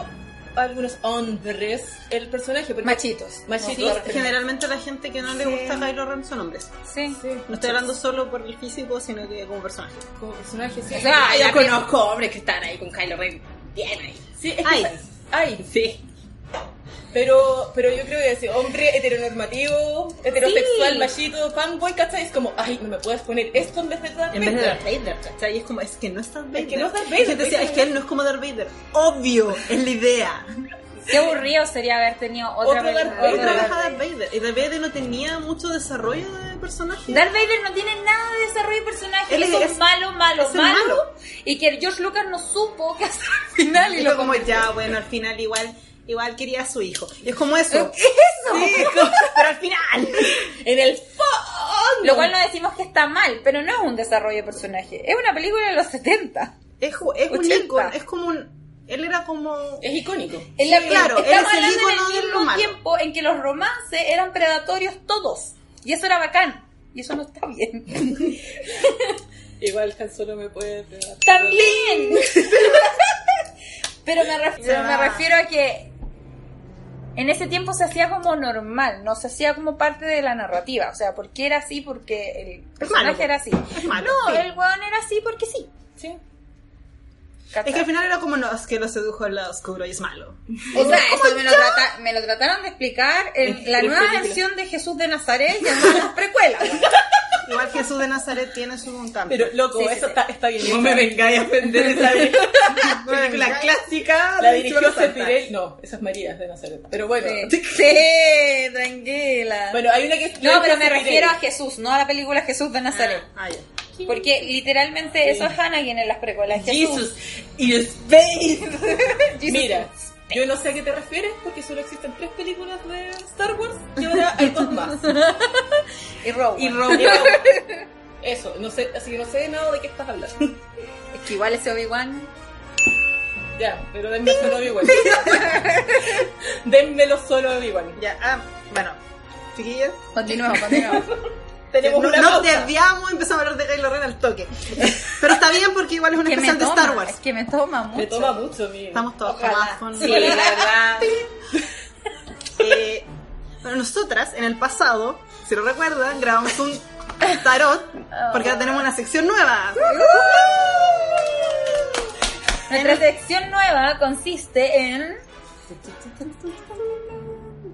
a algunos hombres el personaje. Porque
Machitos.
Machitos.
Sí, generalmente la gente que no le
Sí.
gusta a Kylo Ren son hombres.
Sí.
Sí,
No estoy hablando solo por el físico, sino que como personaje.
como personaje, sí.
O sea,
yo
la-
conozco hombres que están ahí con Kylo Ren. Bien ahí.
Sí, es que
Ay.
ay,
Sí.
pero, pero yo creo que ese hombre heteronormativo, heterosexual,
Sí.
machito, fanboy, ¿cachai? Es como, ay, no me puedes poner esto en vez de Darth
En vez de
Vader.
Darth Vader, ¿cachai? Y es como, es que no es Darth Vader.
que no es Darth
Y
Vader,
gente decía,
Vader.
es que él no es como Darth Vader. Obvio, es la idea.
Qué aburrido sería haber tenido otra
Otro
vez-
Darth
Ahí
Vader.
otra vez.
trabaja Darth Vader. Y Darth Vader no tenía mucho desarrollo de personaje.
Darth Vader no tiene nada de desarrollo de personaje,
Él
él es un
es-
malo, malo,
es el
malo,
malo.
y que el George Lucas no supo qué hacer al final y,
Y
lo
fue como, ya, bueno, al final igual, igual quería a su hijo. Y es como eso.
¿Qué es eso?
Sí, es como- pero al final.
En el
Lo cual no decimos que está mal, pero no es un desarrollo de personaje. Es una película de los 70.
Es, ju- es un
80.
Lincoln, es como un. Él era como.
es icónico.
En la-
Sí, claro, él
estamos
es el
hablando
ícono
en
del
el mismo
humano.
tiempo en que los romances eran predatorios todos. Y eso era bacán. Y eso no está bien.
Igual tan solo me puede pegar.
También. pero, me ref- pero me refiero a que en ese tiempo se hacía como normal, no se hacía como parte de la narrativa. O sea, ¿por qué era así? Porque el personaje
malo,
era así.
Es malo.
No,
sí.
el weón era así porque sí.
Sí.
¿cachai?
Es que al final era como, no, es que lo sedujo al lado oscuro y es malo.
O sea, esto me lo, trata- me lo trataron de explicar en la
Es
nueva
película.
versión de Jesús de Nazaret llamada precuela.
Igual Jesús de Nazaret tiene su montante.
Pero, loco,
Sí, sí,
eso
sí.
Está, está bien.
No me vengáis a ofender esa vieja.
Ah,
película clásica.
La
de
dirigió
Chulo Santa.
Sepirel. No, esa es María de Nazaret. Pero bueno.
Sí, Sí, tranquila.
Bueno, hay una que
No, pero me
Sepirel.
refiero a Jesús, no a la película Jesús de Nazaret.
Ah, ya.
Porque literalmente eso es Hanakin en las precuelas. Jesús.
Jesus y Space.
Jesus.
Mira, yo no sé a qué te refieres porque solo existen tres películas de Star Wars y ahora hay dos más.
Y Rowan.
Y Rogue.
Eso, no sé, así que no sé nada de qué estás hablando.
Es que igual ese Obi-Wan.
Ya, pero denme solo a Obi-Wan. Denmelo solo a Obi-Wan.
Ya, ah, bueno. Chiquillos,
Continuamos, continuamos.
Tenemos
no-
una
nos
pausa.
desviamos, empezamos a hablar de Kylo Ren al toque. Pero está bien porque igual es un
que me
especial de
toma,
Star
Es
Wars.
que me toma mucho.
Me toma mucho, amigo.
Estamos todos
Ojalá.
jamás con...
Sí, la verdad.
Eh, bueno, nosotras en el pasado, si lo recuerdan, grabamos un tarot porque ahora tenemos una sección nueva.
Nuestra sección nueva consiste en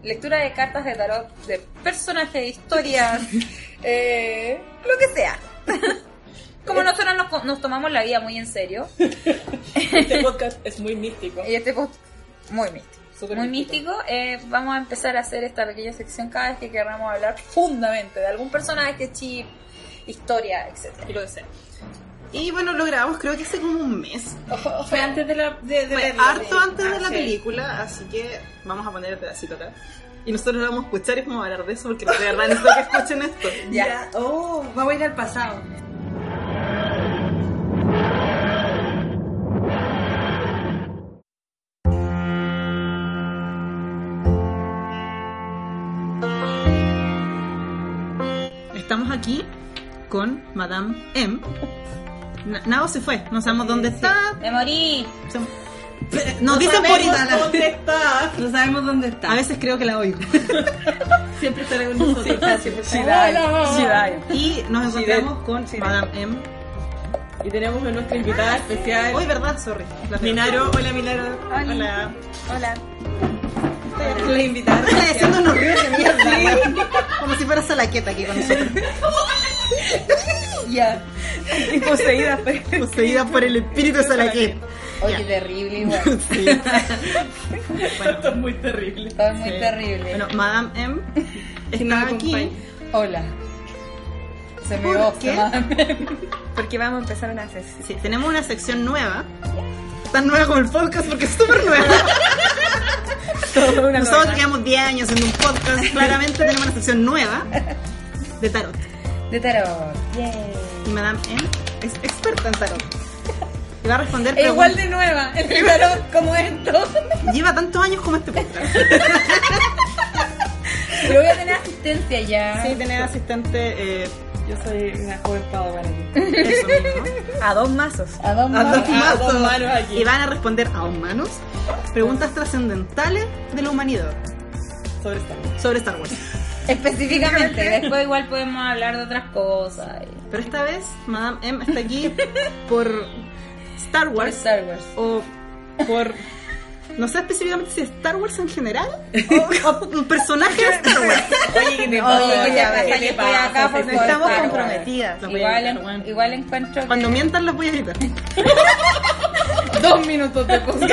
lectura de cartas de tarot, de personajes, historias, eh, lo que sea. Como nosotros nos, nos tomamos la vida muy en serio,
Este podcast es muy místico.
y este post muy místico.
Súper
muy místico, eh, vamos a empezar a hacer esta pequeña sección cada vez que queramos hablar profundamente de algún personaje, chip, historia, etc.
Y lo que sea.
Y bueno, lo grabamos creo que hace como un mes.
Fue antes de la. De, de
Fue
la-
harto antes de
Ah,
la
sí.
película, así que vamos a poner el pedacito acá. Y nosotros lo vamos a escuchar y vamos a hablar de eso porque de verdad necesito que escuchen esto.
Ya. Oh, vamos a ir al pasado.
Estamos aquí con Madame M. Na- Nao se fue, no sabemos dónde está.
Me morí.
Se- Nos dicen por
sabemos dónde
internet.
está. No sabemos dónde está.
A veces creo que la oigo.
siempre estará con nosotros.
siempre
Hola.
Y nos
Sí,
encontramos con Madame M.
Y tenemos a nuestra invitada especial.
Hoy, ¿verdad? Sorry. La
Minaro, hola Minaro.
Hola.
Hola.
Hola.
La invitaron.
Está diciendo unos ríos de mierda, weón. Como si fuera Salaqueta aquí con nosotros.
Ya.
Y poseída.
Poseída por el espíritu de Salaqueta.
Oye,
Ya.
terrible igual.
Sí.
Esto es muy terrible.
Todo es muy
Sí.
terrible.
eh, Bueno, Madame M.
nos
Está aquí
acompaña.
Hola. Se me
¿Por
va.
qué?
Porque vamos a empezar una sesión.
Sí, tenemos una sección nueva. Tan nueva como el podcast porque es súper nueva. Nosotros que llevamos 10 años en un podcast. Claramente tenemos una sección nueva de tarot.
De tarot.
Y Madame M es experta en tarot. Y va a responder
E
preguntas.
igual de nueva. El primero como esto.
Lleva tantos años como este podcast.
Yo voy a tener asistencia ya.
Sí, tener asistente. eh,
Yo soy una joven para
eso mismo.
A dos mazos.
A dos
A
más.
dos manos.
dos manos aquí.
Y van a responder a dos manos preguntas trascendentales de la humanidad
Sobre esta.
sobre Star Wars.
Específicamente. Después igual podemos hablar de otras cosas. y-
Pero esta vez, Madame M está aquí por Star
Por
Wars
Star Wars.
o por. No sé específicamente si Star Wars en general o, o personajes de Star Wars.
Oye, que te
Oye, ¿qué te
pasa?
pasa?
¿Qué
Yo
te
estoy acá
pasa?
por
Te
favor.
Estamos
Star Wars.
comprometidas. Las voy a
Igual,
editar,
en-
bueno.
igual encuentro que-
Cuando mientan las voy a editar.
dos minutos de cosa.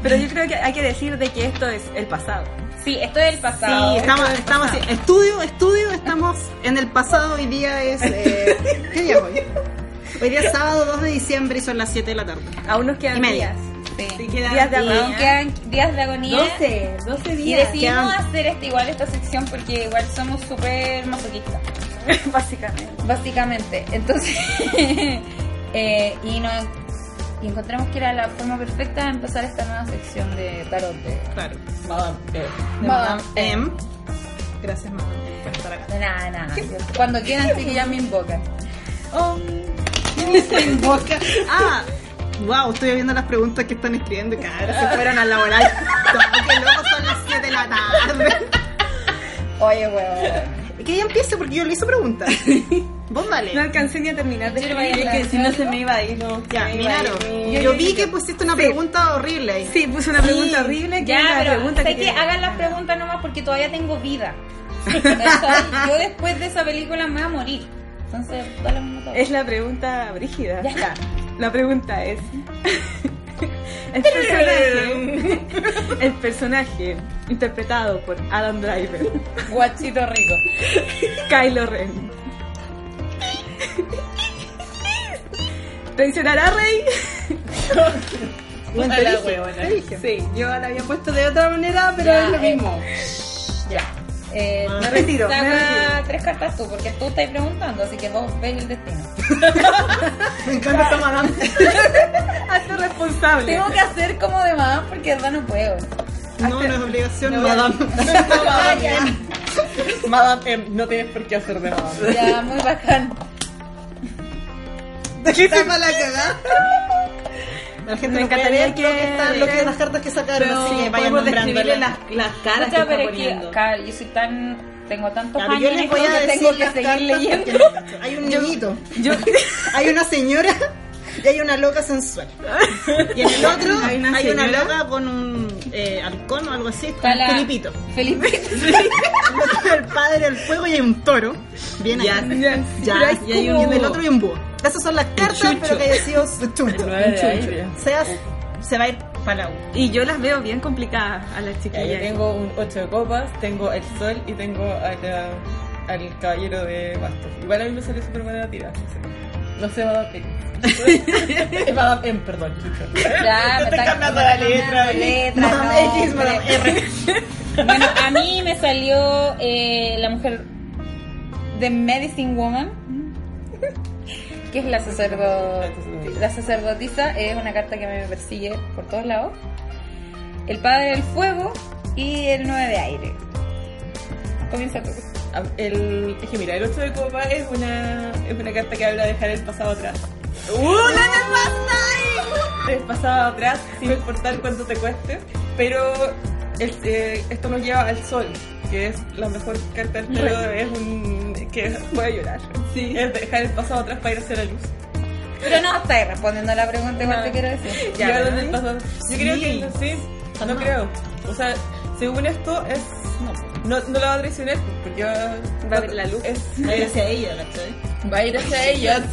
Pero yo creo que hay que decir de que esto es el pasado.
Sí, esto es el pasado.
Sí, estamos, estamos así. Estudio, estudio, estamos en el pasado. Hoy día es. eh, ¿Qué día es hoy? Hoy día es sábado 2 de diciembre y son las 7 de la tarde.
Aún nos quedan
Y media.
días.
Sí.
Días de
Aún
agonía.
quedan días de agonía.
12, 12
Y
días.
decidimos hacer este, igual esta sección porque igual somos súper masoquistas,
Básicamente.
básicamente. Entonces, eh, y, nos, y encontramos que era la forma perfecta de empezar esta nueva sección de tarot. De,
Claro.
Madame, eh,
De
Madame
Madame M. Em. Gracias,
Em.
Madame M, por estar acá.
de nada, nada. Cuando quieran, sí que ya me invocan.
Ah, wow, estoy viendo las preguntas que están escribiendo. Cara, se fueron a laboral. No, que luego son las 7 de la tarde.
Oye, huevón.
Que ella empiece porque yo le hice preguntas. Vos
No
dale.
alcancé ni a terminar de
Yo le voy
escribir.
a
Es que
hablar.
si no se me iba a ir, no.
Ya,
se me iba a
Minaro.
ir.
Yo vi que pusiste una pregunta horrible ahí.
Sí, puse una pregunta horrible. que era
Ya,
la
pero
pregunta
sé que,
quería-
hagan las preguntas nomás porque todavía tengo vida. ¿Cachai? Yo después de esa película me voy a morir. Entonces, dale un minuto.
Es la pregunta brígida.
Ya está.
La pregunta es... El personaje, el personaje interpretado por Adam Driver,
Guachito rico.
Kylo Ren. ¿Traicionará a Rey?
Bueno,
a
te
la
dije,
huevona.
te dije.
Sí, yo la había puesto de otra manera, pero es
eh,
lo mismo.
Ya. Eh,
Ah.
me
retiro,
Saca
me retiro.
tres cartas tú, porque tú estás preguntando, así que vos ves el destino.
Me encanta esta Madame.
Hazte responsable.
Tengo que hacer como de más porque de verdad no puedo.
No, no es obligación, Madame.
Ah, ya,
Madame M, no tienes por qué hacer de Madame.
ya, muy bacán.
Dejiste para la cagada. La gente
Me
no puede
encantaría
ver
que-
lo que están, lo que las cartas que sacaron,
Pero
así que vayan
podemos
nombrándolas.
describirle las, las
Ah,
caras
Puta,
que está
pero es que,
poniendo.
ca- yo soy tan. Tengo tantos
Ya, pero
años
yo
en
les
esto
voy a
que
decir
tengo que
las
seguir
cartas
leyendo.
porque hay un niñito. Hay una señora y hay una loca sensual. Y en el otro
Hay
hay
una
una,
señora.
loca con un eh, halcón o algo así,
Está
con
la-
un filipito.
Felipe.
el padre del fuego y hay un toro. Bien
Ya.
ahí.
Ya,
Ya,
pero hay
y hay
como-
un- y del otro hay un búho. Esas son las cartas,
chucho.
pero que haya sido su chuncho.
El nueve de
Un
aire.
chuncho. Seas, se va a ir para la U.
Y yo las veo bien complicadas a las
Ya, yo
chiquillas.
tengo un 8 de copas, tengo el sol y tengo a la- al caballero de bastos. Igual a mí me salió súper buena la tira. así que No sé, Madame X. Madame M, perdón. chucha.
Ya, me
Te
está
cambiando la letra.
letra,
Madame
no,
X, Madame
hombre.
R.
Bueno, a mí me salió eh, la mujer de Medicine Woman, que es la, sacerdo- la sacerdotisa, es una carta que me persigue por todos lados. El padre del fuego y el 9 de aire. Comienza tú.
Ah, El, es que mira, el 8 de copas es una, es una carta que habla de dejar el pasado atrás. Del pasado atrás, sin importar cuánto te cueste. Pero el- eh, esto nos lleva al sol, que es la mejor carta del tarot. Es un. que voy a llorar. Sí. Es dejar el pasado atrás para ir hacia la luz.
Pero no estáis respondiendo a la pregunta igual
No.
te quiero decir.
Ya, ¿verdad? Yo creo que no, sí, no
Ajá.
creo. O sea, según esto es no, no la va a traicionar porque va
Va a ver la luz.
Es,
Va a ir hacia ella, ¿cachai?
va a ir hacia ella.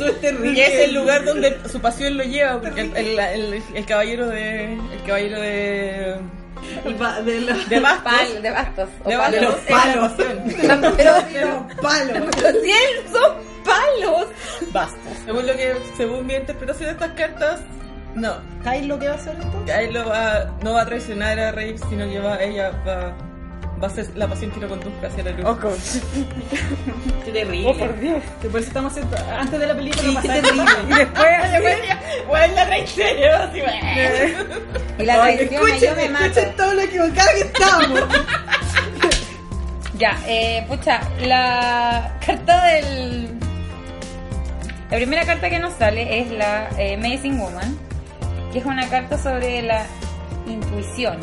Y es el lugar donde su pasión lo lleva porque el, el- el- el caballero de el caballero de
El pa- de la-
de bastos
Pal, de bastos. o
de
palos.
bastos
los
es la
palos.
pasión.
Pero,
Palo.
pero si él son palos.
Basta.
Según lo que según mi interpretación de estas cartas, no.
¿Sabes lo que va a hacer esto?
Ahí lo va, no va a traicionar a Rave, sino que va, ella va, va a ser la pasión que lo conduzca hacia la luz.
Qué terrible. Oh, por Dios. Que por eso estamos haciendo antes de la película. Sí, qué terrible.
Y después,
Pues
Bueno, la traicionó, así, bueno.
Y la traición, yo me mato.
escuchen todo lo equivocado que estamos.
Ya, eh, pucha, la carta del... La primera carta que nos sale es la eh, Amazing Woman, que es una carta sobre la intuición,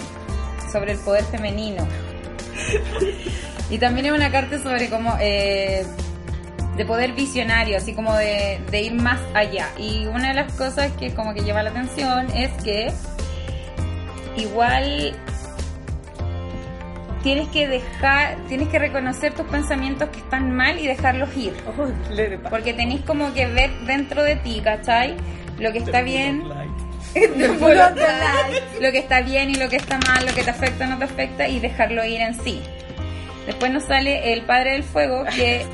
sobre el poder femenino. Y también es una carta sobre como... eh, de poder visionario, así como de, de ir más allá. Y una de las cosas que como que lleva la atención es que igual tienes que dejar, tienes que reconocer tus pensamientos que están mal y dejarlos ir. Porque tenéis como que ver dentro de ti, ¿cachai? Lo que está bien, lo que está bien y lo que está mal, lo que te afecta o no te afecta y dejarlo ir en sí. Después nos sale el Padre del Fuego, que,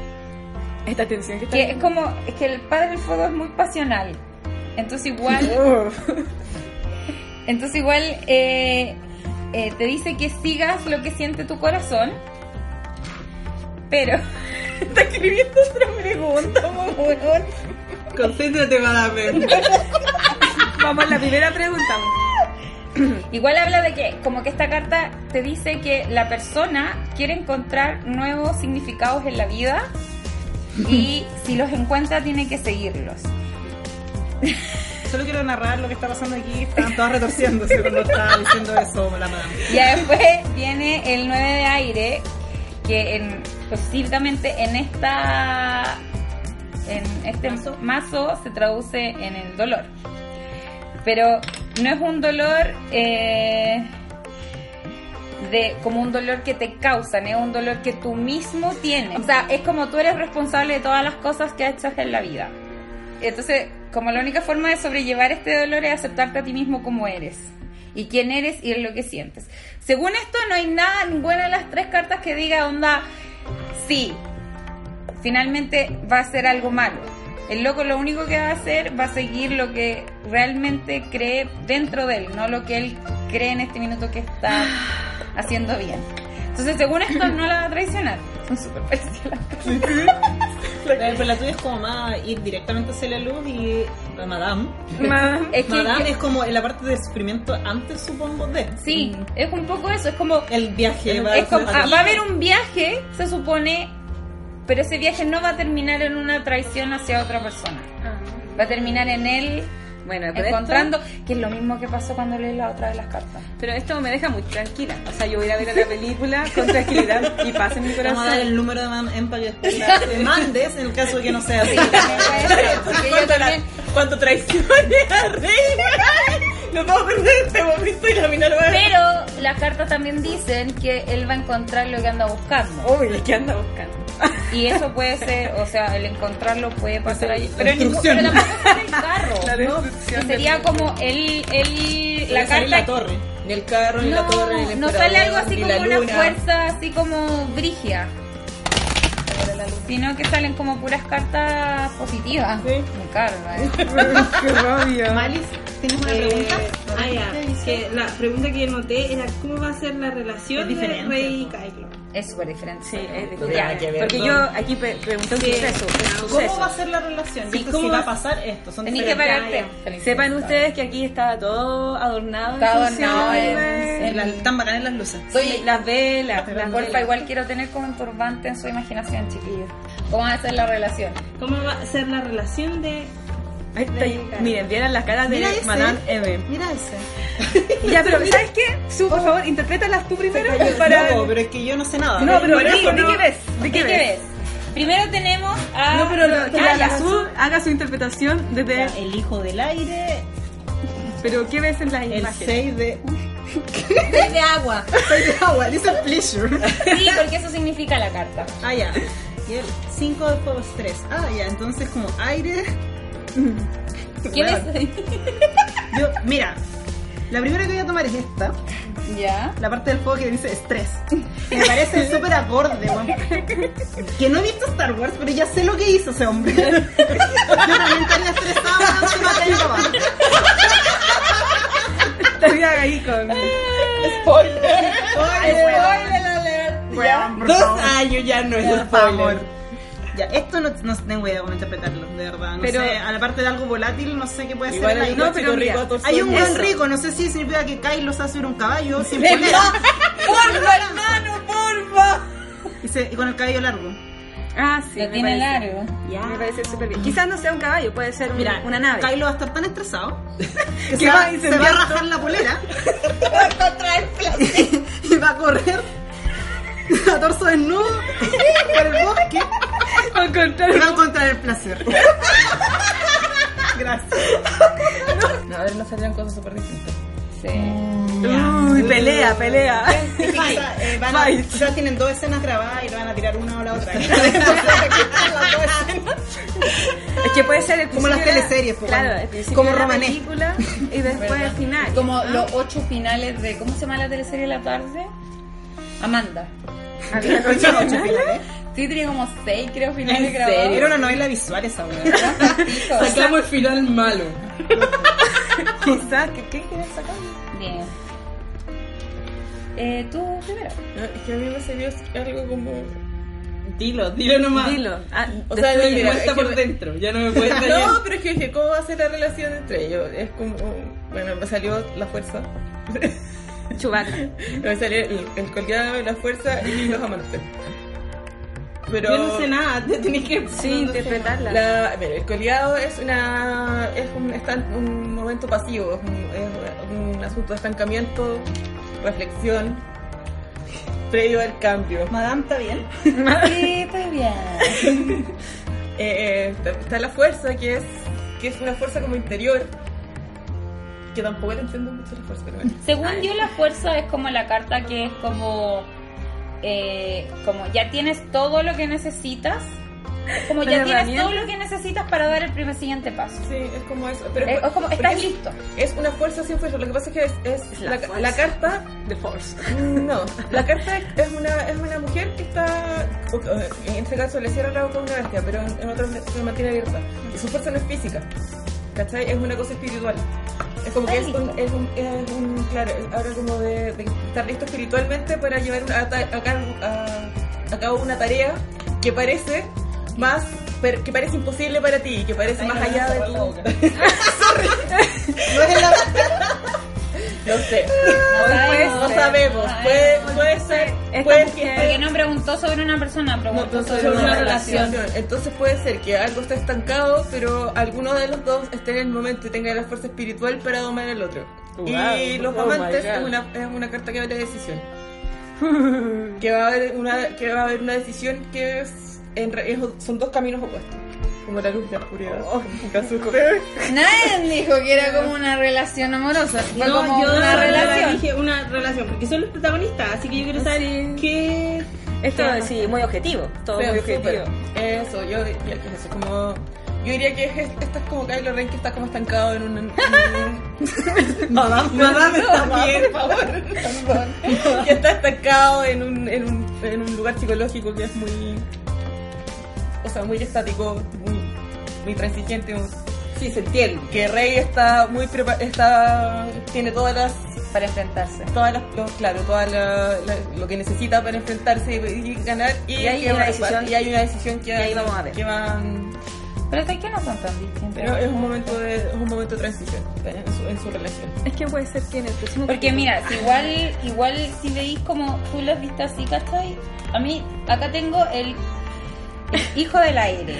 esta tensión que está.
que es como, es que el Padre del Fuego es muy pasional. Entonces igual Entonces igual eh, eh, te dice que sigas lo que siente tu corazón, pero está escribiendo otra pregunta, mamón.
Concéntrate, madame.
Vamos a la primera pregunta.
Igual habla de que como que esta carta te dice que la persona quiere encontrar nuevos significados en la vida y si los encuentra tiene que seguirlos.
Solo quiero narrar lo que está pasando aquí. Estaban todas retorciéndose cuando estaba diciendo eso, la madame.
Y después viene el 9 de aire, que en, específicamente en esta en este mazo. se traduce en el dolor. Pero no es un dolor eh, de como un dolor que te causan, es un dolor que tú mismo tienes. O sea, es como tú eres responsable de todas las cosas que haces en la vida. Entonces, como la única forma de sobrellevar este dolor es aceptarte a ti mismo como eres. Y quién eres y lo que sientes. Según esto, no hay nada, ninguna de las tres cartas que diga onda, sí, finalmente va a ser algo malo. El loco lo único que va a hacer va a seguir lo que realmente cree dentro de él, no lo que él cree en este minuto que está haciendo bien. Entonces, según esto, no la va a traicionar. Son súper parecidas las
La, pues la tuya es como más ir directamente hacia la luz y la madame.
Madame.
Es que-
madame es como en la parte de sufrimiento antes, supongo, de.
Sí, es un poco eso, es como
El viaje.
Es como- ah,
aquí.
va a haber un viaje, se supone, pero ese viaje no va a terminar en una traición hacia otra persona. Va a terminar en él
Bueno, pero
encontrando, que es lo mismo que pasó cuando leí la otra de las cartas.
esto, pero esto me deja muy tranquila. O sea, yo voy a ir a ver la película con tranquilidad y paz en mi
Vamos a dar
corazón.
el número de Madame M para que después la demandes en el caso de que no sea así.
Porque yo también-
cuanto traiciones a Rey, no puedo perder este momento y la mina lo va a
Pero las cartas también dicen que él va a encontrar lo que anda buscando.
Uy, ¿de qué anda buscando?
Y eso puede ser, o sea, el encontrarlo puede pasar ahí. Pero, en ningún-
Destrucción.
pero tampoco es el carro.
La
¿no?
destrucción
Que sería como el, el, la
Debe salir la
carta
torre.
Ni el carro, ni la
No,
torre, ni el
no sale algo
emperador,
así
ni
como
la
una
luna.
fuerza así como brigia, sino que salen como puras cartas positivas. Me carga, eh.
Qué rabia.
Malis, ¿tienes una pregunta? Ah, ya. Que la pregunta que noté era cómo va a ser la relación de Rey y Kylo.
Es súper diferente.
Sí, es
No tiene nada que
diferente.
ver,
Porque
¿no?
yo aquí pre- pregunté un
Sí. Ah,
suceso. un
¿Cómo
suceso.
va a ser la relación?
Sí,
¿Y
¿cómo
cómo va
va-
a pasar esto? Son
Tenés que
diferentes-
pagarte.
Sepan ustedes que aquí estaba todo adornado. en
Todo
función,
adornado
güey.
En las- Tan bacanas las luces.
Sí, las velas, las
Porfa,
velas.
igual quiero tener como un turbante en su imaginación, chiquillos. ¿Cómo va a ser la relación?
¿Cómo va a ser la relación de...?
Ahí está, Miren, vieran las caras de
Mira ese.
Madame M.
Mira ese.
Ya, pero ¿sabes qué? Su, por favor, interprétalas tú primero para...
Oh. No, pero es que yo no sé nada.
No, pero
Por
di,
eso
di
no-
qué ves, di
¿Qué
qué ves.
ves? Primero tenemos a...
No, pero lo- que
Ah,
la
ya.
azul haga su interpretación desde...
El hijo del aire,
Pero ¿qué ves en las
el
imágenes?
6 de...
Seis de agua.
6 de agua, dice pleasure.
Sí, porque eso significa la carta.
Ah, ya. Y el 5 de fuego 3. Ah, ya. Entonces, como aire.
¿Qué
Bueno,
ves?
Yo, mira. La primera que voy a tomar es esta,
Ya.
la parte del fuego que dice estrés. Me parece súper acorde, weón. Que no he visto Star Wars, pero ya sé lo que hizo ese hombre. Yo también estaría estresada antes de matar a Yoda.
Estaría ahí con...
Weón, por
Dos
favor.
años ya no es
Por
spoiler.
favor. Ya, esto no, no tengo idea cómo interpretarlo, de verdad. No
Pero-
sé, a la parte de algo volátil, no sé qué puede ser.
Igual
ahí.
hay
No,
un
pero
chico
mira,
rico torso.
Hay un buen
Eso.
rico, no sé si significa que Kylo se hace un caballo sin polera. Y, se- y con el cabello largo.
Ah, sí.
Lo
me
tiene
parece.
largo.
Me parece súper bien. Quizás no sea un caballo, puede ser un-
Mira,
una nave.
Kylo va a estar tan estresado que
Que
se,
va
va,
a
se
incendiar
va a rajar la polera. y va a correr a torso desnudo por el bosque
Va a encontrar-
y va a encontrar el placer. Gracias.
No, a ver, nos saldrían cosas súper distintas.
Sí.
Uy, pelea, pelea.
Quizá, eh, van a-
Fight.
quizá tienen dos escenas grabadas y le van a tirar una o la otra. Entonces,
Es que puede ser el
Como las
principio de la-
teleseries, po,
Claro,
bueno.
el principio
Como
de la
Romané.
película y después el final.
Como los ocho finales de. ¿Cómo se llama la teleserie de la tarde? Amanda.
Había ocho finales.
Sí, tenía como seis, creo, finales grabados.
Era una novela visual esa weá.
Hijo,
Sacamos el final malo.
Quizás, ¿qué, qué quieres sacar?
Bien. Eh, tú primero.
Es que a mí me salió algo como... Dilo, dilo nomás.
Dilo. Ah,
O sea,
destruye.
me
Es que
cuenta por
me-
dentro, ya no me cuenta No, pero es que dije, ¿cómo va a ser la relación entre ellos? Es como, bueno, me salió la fuerza,
Chewbacca.
me salió el, el colgado, la fuerza y los amantes. Pero...
Yo no sé nada, te tenés que.
Sí, interpretarla.
La, mira, el colgado es una es un, estan- un momento pasivo, es un, es un asunto de estancamiento, reflexión, previo al cambio.
Madame, ¿está bien?
Sí, está bien.
Eh, eh, está- está la fuerza, que es que es una fuerza como interior, que tampoco le entiendo mucho la fuerza, pero bueno.
Según yo, la fuerza es como la carta que es como. eh, como ya tienes todo lo que necesitas. Como ya
Las
tienes
herramientas.
todo lo que necesitas para dar el primer siguiente paso.
Sí, es como eso. Pero,
Eh, es como,
porque
estás
es,
listo.
es una fuerza sin fuerza. Lo que pasa es que es, es
Es la
la,
fuerza.
la carta.
The Force.
No, la carta es una, es una mujer que está. o- o- En este caso le cierra la boca a una bestia, pero en, en otros se mantiene abierta. Y su fuerza no es física. ¿Cachai? Es una cosa espiritual. Es como que es
Está
un, es un, es un- Claro, ahora como de, de estar listo espiritualmente para llevar una- a, ta- a cabo- a- a cabo una tarea que parece más. per- que parece imposible para ti, que parece más allá de tu.
No es la
No sé.
Ay,
No
sé.
sabemos.
Ay,
Puede, puede ser.
Esta
Puede que
mujer-
Porque no preguntó sobre una persona, preguntó sobre,
sobre
una relación.
Entonces puede ser que algo esté estancado, pero alguno de los dos esté en el momento y tenga la fuerza espiritual para domar al otro. y los
Oh
amantes
my
es,
God.
una, es una carta que habla de decisión. que, va a haber una, que va a haber una decisión que es, en re- es- son dos caminos opuestos. Como la luz de oscuridad.
Oh,
Me asusté.
Nadie dijo que era como una relación amorosa. Fue
No,
como
yo
una relación.
dije una relación, porque son los protagonistas, así que yo quiero saber qué...
Esto sí, muy objetivo. Todo
Pero
muy
súper.
objetivo.
Eso, yo diría que es eso, como... Yo diría que es, esta es como Kylo Ren que está como estancado en un... en un-
Madame, madame, está bien.
por favor. Perdón. que está estancado en un, en, un, en un lugar psicológico que es muy... O sea, muy estático, muy, muy transigente.
Sí, se entiende.
Que Rey está muy prepa está tiene todas las
Para enfrentarse.
todas las los- claro toda la- la- lo que necesita para enfrentarse y ganar y,
Y hay
que
una
va-
decisión-
y hay una decisión que
y ahí vamos a ver.
que van
Pero es que no son tan distintos.
pero es un momento de es un momento de transición en su, en su relación
Es que puede ser que en el próximo.
Porque mira, si igual, igual si veis como tú las viste así, ¿cachai? A mí, acá tengo el, el hijo del aire.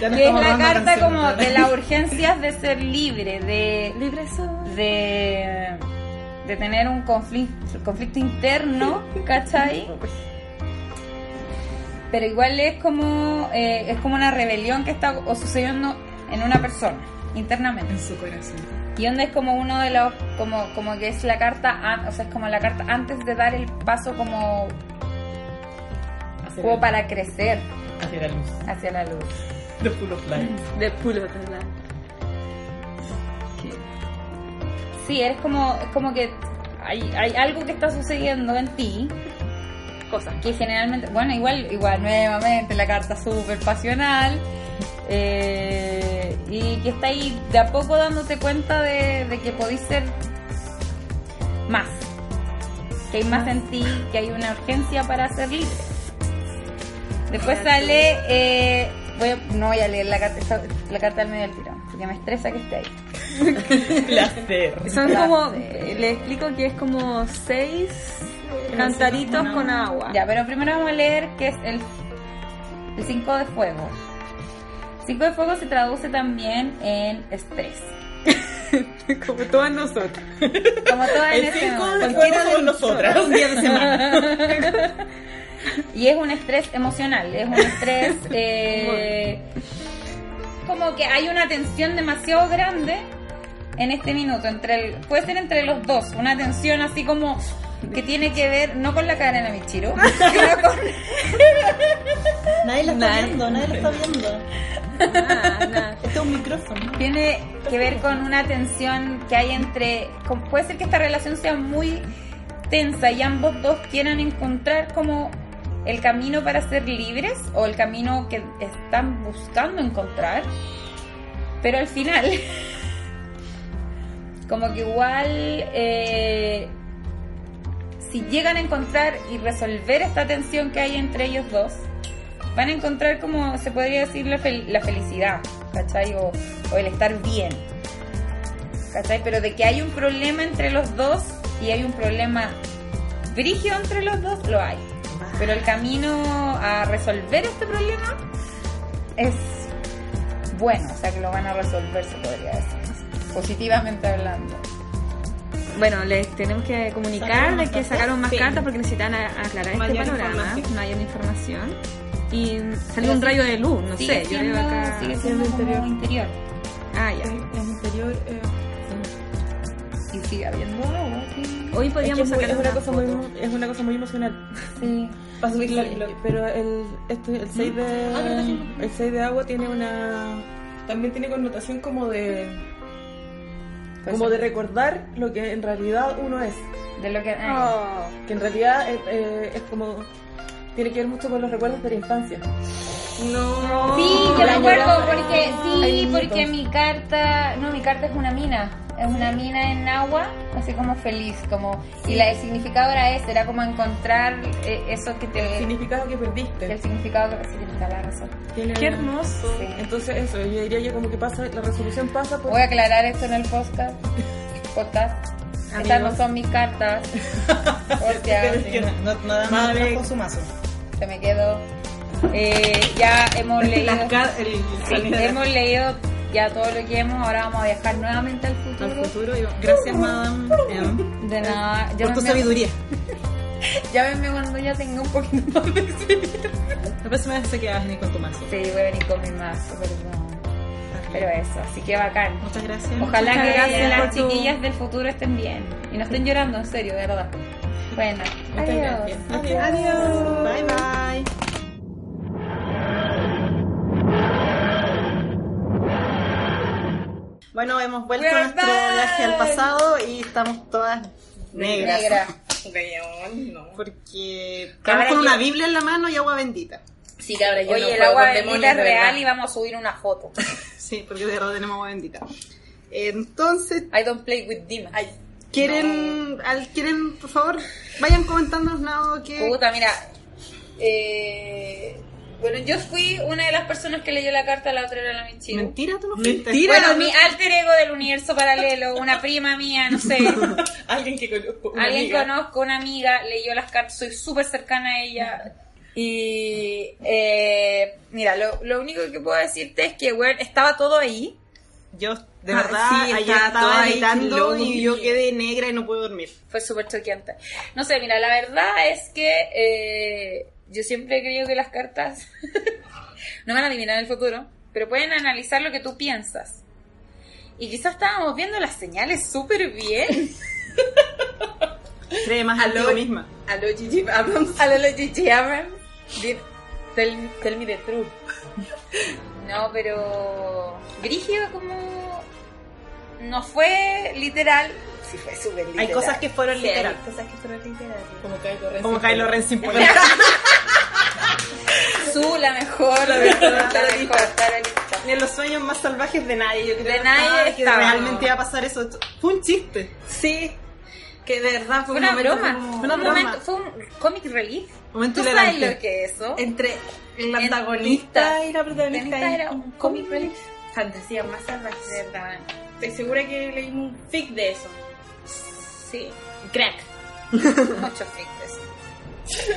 Ya nos
Que es
estamos
la
dando
carta
canciones,
como
¿verdad?
de las urgencias de ser libre, de,
Libre soy.
de, de tener un conflicto, conflicto interno, ¿cachai?
pues.
Pero igual es como, eh, es como una rebelión que está o sucediendo en una persona, internamente.
en su corazón
Y onda es como uno de los, como, como que es la carta, an- o sea, es como la carta antes de dar el paso como, como para crecer
hacia la luz
hacia la luz.
de full of light
De pulo, ¿verdad?
Sí, eres como, es como que hay, hay algo que está sucediendo en ti. Cosas. Que generalmente, bueno, igual, igual, nuevamente la carta súper pasional. eh, y que está ahí de a poco dándote cuenta de, de que podéis ser más. Que hay más en ti, que hay una urgencia para ser libre. Después sale, eh, voy a- no voy a leer la carta, esta- la carta al medio del tirón, porque me estresa que esté ahí.
placer
Son
Ya
como.
sé.
Le explico que es como seis cantaritos con agua.
Ya, pero primero vamos a leer que es el 5 de fuego. 5 de fuego se traduce también en estrés.
Como todas nosotras.
Como toda en
el
este
5
momento.
de fuego somos nosotras
Un día de semana.
Y es un estrés emocional, es un estrés eh, como que hay una tensión demasiado grande en este minuto, entre el, puede ser entre los dos, una tensión así como que tiene que ver no con la cara de Michiro, sino con
Nadie lo está viendo, nadie lo está viendo.
Nada, nada.
Este es un micrófono.
Tiene que ver con una tensión que hay entre. con- puede ser que esta relación sea muy tensa y ambos dos quieran encontrar como el camino para ser libres o el camino que están buscando encontrar. Pero al final, como que igual, eh, si llegan a encontrar y resolver esta tensión que hay entre ellos dos, van a encontrar como se podría decir la, fel- la felicidad, ¿cachai? O, o el estar bien, ¿cachai? Pero de que hay un problema entre los dos y hay un problema brigio entre los dos, lo hay. Pero el camino a resolver este problema es bueno, o sea que lo van a resolver, se podría decir, positivamente hablando.
Bueno, les tenemos que comunicar
¿Sacaron
de
más
que
cartas?
sacaron más
Sí.
cartas porque necesitan a- aclarar
Mayor
este panorama,
información.
mayor información. Y salió
Pero
un
sí,
rayo de luz, no
sigue
sé, yo
siendo,
veo acá.
sigue siendo como interior.
Ah, ya.
el interior eh,
Y sigue habiendo agua, sí.
Hoy
es, que
podríamos
es, muy-
sacar
es una
una
cosa
foto.
muy emo- es una cosa muy emocional
sí.
Para subir la- lo- pero el, este, el 6 de el 6 de agua tiene una también tiene connotación como de como de recordar lo que en realidad uno es
De lo que. ay.
Oh.
que en realidad eh, eh, es, como tiene que ver mucho con los recuerdos de la infancia
No.
Sí, yo me
la
acuerdo
llorona.
porque sí,
Ay,
porque
mitos.
mi carta, no, mi carta es una mina, es una mina en agua, así como feliz, como y la el significado era ese, era como encontrar eh, eso que te
significado que perdiste
el significado que significa la razón.
Tiene-
Qué hermoso.
Sí.
entonces eso yo diría yo como que pasa la resolución pasa por
Voy a aclarar esto en el podcast. Podcast. Estas no
Amigos.
son mis cartas. Porque ahora sí,
No, nada más
Madre.
trajo su mazo.
se me quedó. Eh, ya hemos leído.
Las car- el
sí,
sonido de-
hemos leído ya todo lo que hemos. Ahora vamos a viajar nuevamente al
Al
futuro.
futuro yo. Gracias, madame. em,
De nada. yo
por tu
me-
sabiduría.
Ya venme cuando ya tenga un poquito más de experiencia.
La próxima vez sé que vas a venir con tu mazo.
Sí, voy a venir con mi mazo, perdón. Pero eso, así que bacán.
Muchas gracias.
Ojalá
Muchas
que
gracias por
las
tu-
chiquillas del futuro estén bien. Y no estén llorando, en serio, de verdad. Bueno,
Muchas
adiós.
gracias. Ok, Adiós. Bye bye. Bueno, hemos vuelto a
We're
nuestro
back.
viaje al pasado y estamos todas negras.
Negra.
Weón, no.
Porque
Ahora
estamos con
yo-
una Biblia en la mano y agua bendita.
Sí, cabra, yo
Oye,
no
el
juego
agua
con
bendita
demonios,
es
de
real
verdad.
y vamos a subir una foto.
Sí, porque de verdad tenemos agua bendita. Entonces,
I don't play with demons.
Ay,
¿quieren, al- quieren por favor, vayan comentándonos nada que...
Puta, mira. eh, bueno, yo fui una de las personas que leyó la carta, la otra era la Michiru.
Mentira, tú no fuiste.
Mentira.
Bueno, mi alter ego del universo paralelo, una prima mía, no sé,
Alguien que conozco. una
alguien
amiga.
conozco, una amiga, leyó las cartas, soy súper cercana a ella. Y eh, mira, lo, lo único que puedo decirte es que weón, estaba todo ahí.
Yo, de
Ah,
verdad,
sí,
ayer
estaba toda
estaba
ahí,
gritando
loco.
y yo quedé negra y no puedo dormir.
Fue súper choqueante. No sé, mira, la verdad es que eh, yo siempre creo que las cartas no van a adivinar el futuro, pero pueden analizar lo que tú piensas. Y quizás estábamos viendo las señales súper bien.
Cree más en
Aló.
ti misma.
Aló, Gigi Abrams.
A lo de Gigi Abrams. Di- Tell, tell me the truth. No, pero... Brígido como... No fue literal. Sí fue súper literal.
Hay cosas que fueron
Sí, hay
literal.
cosas que fueron literal.
Como Kylo Ren.
Como
sin
Kylo
pelo.
Ren sin polera.
Su, la mejor, la mejor, la mejor, tarotista.
Ni en los sueños más salvajes de nadie. Yo creo
De
que
nadie
estaba, que
estaba.
realmente iba a pasar eso. Fue un chiste.
Sí, que de verdad
Fue
fue un
una
momento
broma,
como-
fue
una
un
broma.
momento, fue un comic relief.
Momento
¿Tú sabes
hilarante.
lo que es eso?
entre el
En-
antagonista y la
Esta
protagonista.
era un comic relief.
Fantasía más
De
salvaje.
verdad.
Estoy segura que leímos un fic de eso.
Sí,
Crack.
muchos fictes.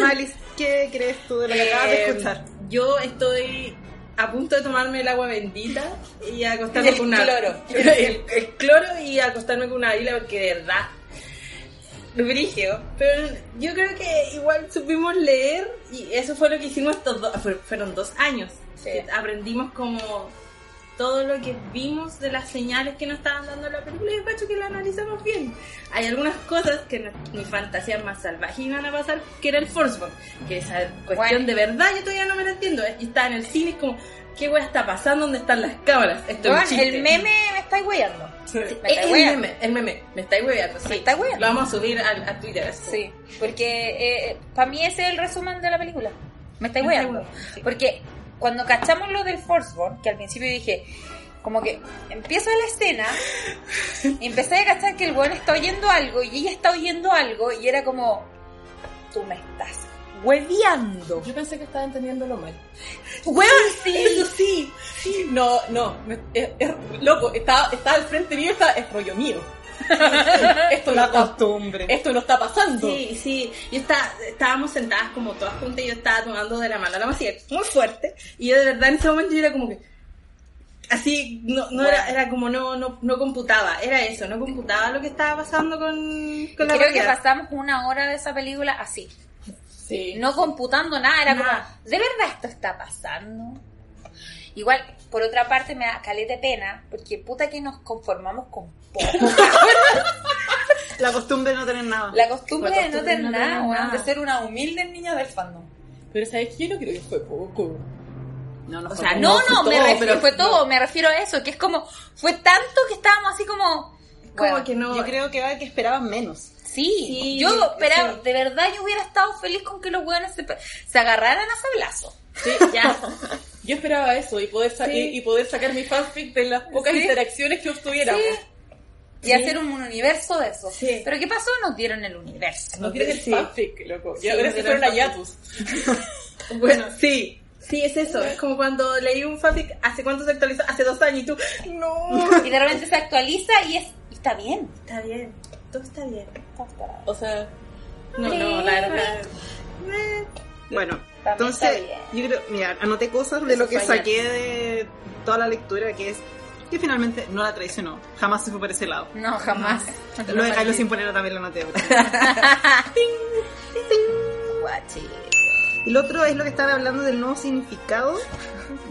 Malis, ¿qué crees tú de lo que acabas de
Eh,
escuchar?
Yo estoy a punto de tomarme el agua bendita y acostarme
Y el
con una.
cloro.
El, el- el cloro y acostarme con una águila porque de verdad. Brigio. Pero yo creo que igual supimos leer y eso fue lo que hicimos estos dos. fue- Fueron dos años.
Sí.
Que Aprendimos como todo lo que vimos de las señales que nos estaban dando la película y Pacho que la analizamos bien. Hay algunas cosas que no- mi fantasía más salvaje iban a pasar, que era el Forsborn, que esa cuestión
Bueno.
de verdad yo todavía no me la entiendo. ¿eh? Y estaba en el cine y es como, ¿qué wea está pasando? ¿Dónde están las cámaras? Esto es un
Weón,
chiste.
el meme me está guiando.
Eh,
Me está
el
weando.
meme, el meme, me estáis weando, sí.
Me estáis weando.
Lo vamos a subir al- a, Twitter. así como,
Sí, porque para mí ese es el resumen de la película. Me estáis
Me estáis
weando.
weando, sí.
Porque cuando cachamos lo del Forsborn, que al principio dije, como que empieza la escena, y empecé a cachar que el weón está oyendo algo y ella está oyendo algo, y era como, tú me estás hueviando.
Yo pensé que estaba entendiéndolo mal.
¡Hueón, sí!
Eso sí, sí, no, no, me- es, es- loco, está, está al frente mío, está, es rollo mío. esto, no
La
está,
costumbre.
esto no está pasando.
Sí, sí, yo estaba, estábamos sentadas como todas juntas y yo estaba tomando de la mano la masía, muy fuerte, y yo de verdad en ese momento yo era como que, así, no, no era, era como no, no, no computaba, era eso, no computaba lo que estaba pasando con, con la
Creo que
realidad.
pasamos una hora de esa película así,
Sí.
no computando nada, era
Nada.
como, ¿de verdad esto está pasando? Igual, por otra parte, me da caleta de pena, porque puta que nos conformamos con poco.
La costumbre de no tener nada.
La costumbre de no tener
no tener
nada, weón,
nada.
de ser una humilde niña del fandom.
Pero ¿sabes qué? Yo creo que fue poco.
No, no,
o
fue
sea,
como-
No, no,
fue
me
todo,
refiero,
pero-
fue todo, me refiero a eso, que es como, fue tanto que estábamos así como...
Como
weón,
que no,
Yo creo que va que esperaban menos.
Sí,
Sí,
yo
yo-
esperaba,
sí.
de verdad yo hubiera estado feliz con que los weones se, pe- se agarraran a sablazo.
sí, ya,
Yo esperaba eso y poder, sa- y, y poder sacar mi fanfic de las pocas
Sí.
interacciones que obtuviéramos.
Y hacer un, un universo de eso.
Sí.
Pero ¿qué pasó? Nos dieron el universo.
No tienes el
Sí.
fanfic, loco.
Sí,
y ahora
no
se
tiene
fueron a
fanfic.
Yatus.
bueno, sí. Sí, es eso, es como cuando leí un fanfic, ¿hace cuánto se actualizó? Hace dos años y tú, no,
Y de repente se actualiza y es, y está bien.
está bien, todo está bien.
Está- está-
O sea,
No, no, la verdad. eh,
Bueno,
También
entonces,
está
yo creo, mira, anoté cosas de
Eso
lo que
fue ayer.
saqué de
este
toda la lectura, que es que finalmente no la traicionó, jamás se fue por ese lado.
No, jamás.
Lo de Jairo sin polera también lo noté. pero- Y lo otro es lo que estaba hablando del nuevo significado,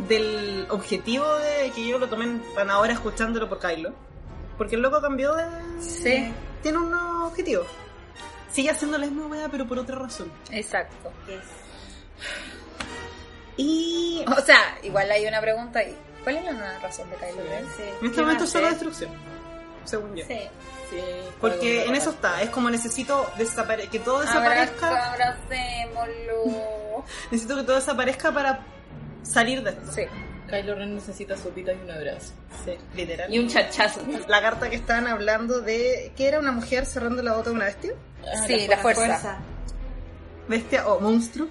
del objetivo de que yo lo tomé para ahora escuchándolo por Kylo. Porque el loco cambió de.
Sí,
Tiene un nuevo objetivo. Sigue haciendo la misma weá, pero por otra razón.
exacto.
Y.
O sea, igual hay una pregunta ahí. ¿Cuál es la nueva razón de Kylo Ren?
En este momento es solo destrucción, según yo.
Sí.
Porque en eso está, es como necesito desapare- que todo desaparezca.
Abra- Abracémoslo.
Necesito que todo desaparezca para salir de esto.
Sí.
Kylo Ren necesita sopita y un abrazo.
Sí, literal.
Y un chachazo.
La carta que estaban hablando de que era una mujer cerrando la boca de una bestia.
sí, la fuerza.
Bestia o monstruo.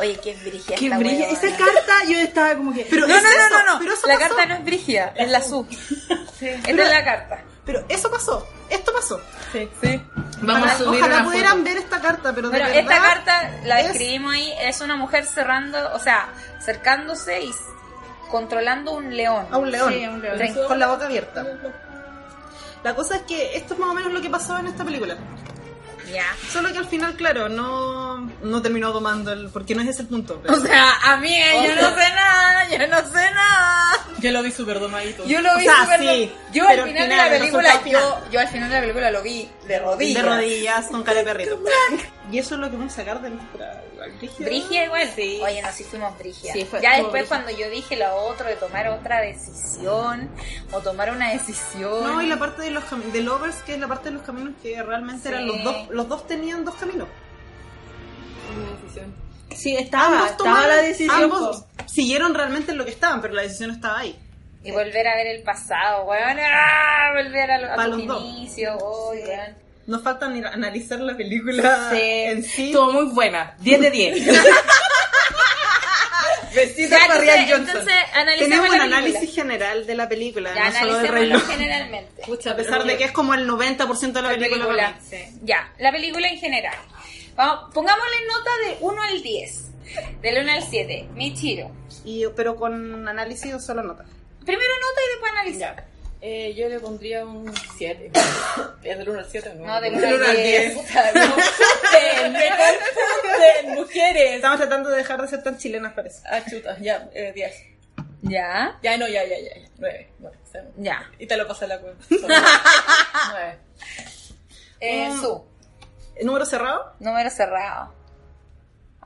Oye, qué brilla
Qué brilla. Esa carta yo estaba como que.
Pero
No, no,
es
no,
eso,
no, no.
Pero eso
la
pasó.
carta no es brigia, es la su. Esta es la carta.
Pero eso pasó. Esto pasó.
Vamos
Ojalá-
a subir
Ojalá
una
pudieran
foto.
ver esta carta, pero de
Bueno,
verdad,
esta carta la
es-
describimos ahí, es una mujer cerrando, o sea, cercándose y s- controlando un león.
a un león,
Sí, a un león.
Ren- con la boca abierta. La cosa es que esto es más o menos lo que pasaba en esta película.
Ya.
Solo que al final, claro, no, no terminó tomando el. porque no es ese el punto. pero-
O sea, amiga, yo no sé nada, yo no sé nada.
Yo lo vi súper domadito.
Yo lo
O
vi
sea,
súper-
sí,
Yo
pero
al
al
final, de
final,
la
el
película,
resultado
yo, yo al final de la película lo vi de rodillas.
De rodillas, con cara de perrito. Y eso es lo que vamos a sacar de nuestra brígida.
Brigia igual. Oye, no, sí fuimos Brigia.
Sí, fue-
ya
fue
después
brígida.
cuando yo dije lo otro de tomar otra decisión o tomar una decisión.
No, y la parte de los cam- de lovers, que es la parte de los caminos que realmente eran los dos, los dos tenían dos caminos.
Una decisión.
Sí, estaba.
Ambos
Estaba la decisión.
ambos
po.
siguieron realmente en lo que estaban, pero la decisión estaba ahí.
Y volver a ver el pasado, weón. ¡Ah! Volver a, lo- a
Pa'
tus
los dos.
inicios, oh, weón.
Nos falta ni analizar la película en sí.
Estuvo muy buena. 10 de 10.
Besitos
Ya,
para
entonces,
Rian Johnson.
entonces, analicemos
Tenemos un
la película.
análisis general de la película,
Ya,
no solo del
analicémoslo
reloj.
generalmente.
Pucha,
A pesar de que es como el 90% de la
La
película.
película. Ya, la película en general. Vamos, pongámosle nota de 1 al 10. Del 1 al 7. Mi tiro.
Y, pero con análisis o solo nota.
Primero nota y después analizar.
Eh, yo le pondría un 7. ¿Es del 1 al 7? No,
No, del
no.
1
uno al
al 10.
Ven, me confunden, mujeres.
Estamos tratando de dejar de ser tan chilenas, parece.
Ah, chuta, ya, eh, 10.
Ya,
Ya, no, ya, ya, ya. 9. Bueno, está bien.
ya.
y te lo pasa la cuenta. 9.
Eh, Su,
¿Número cerrado?
número cerrado.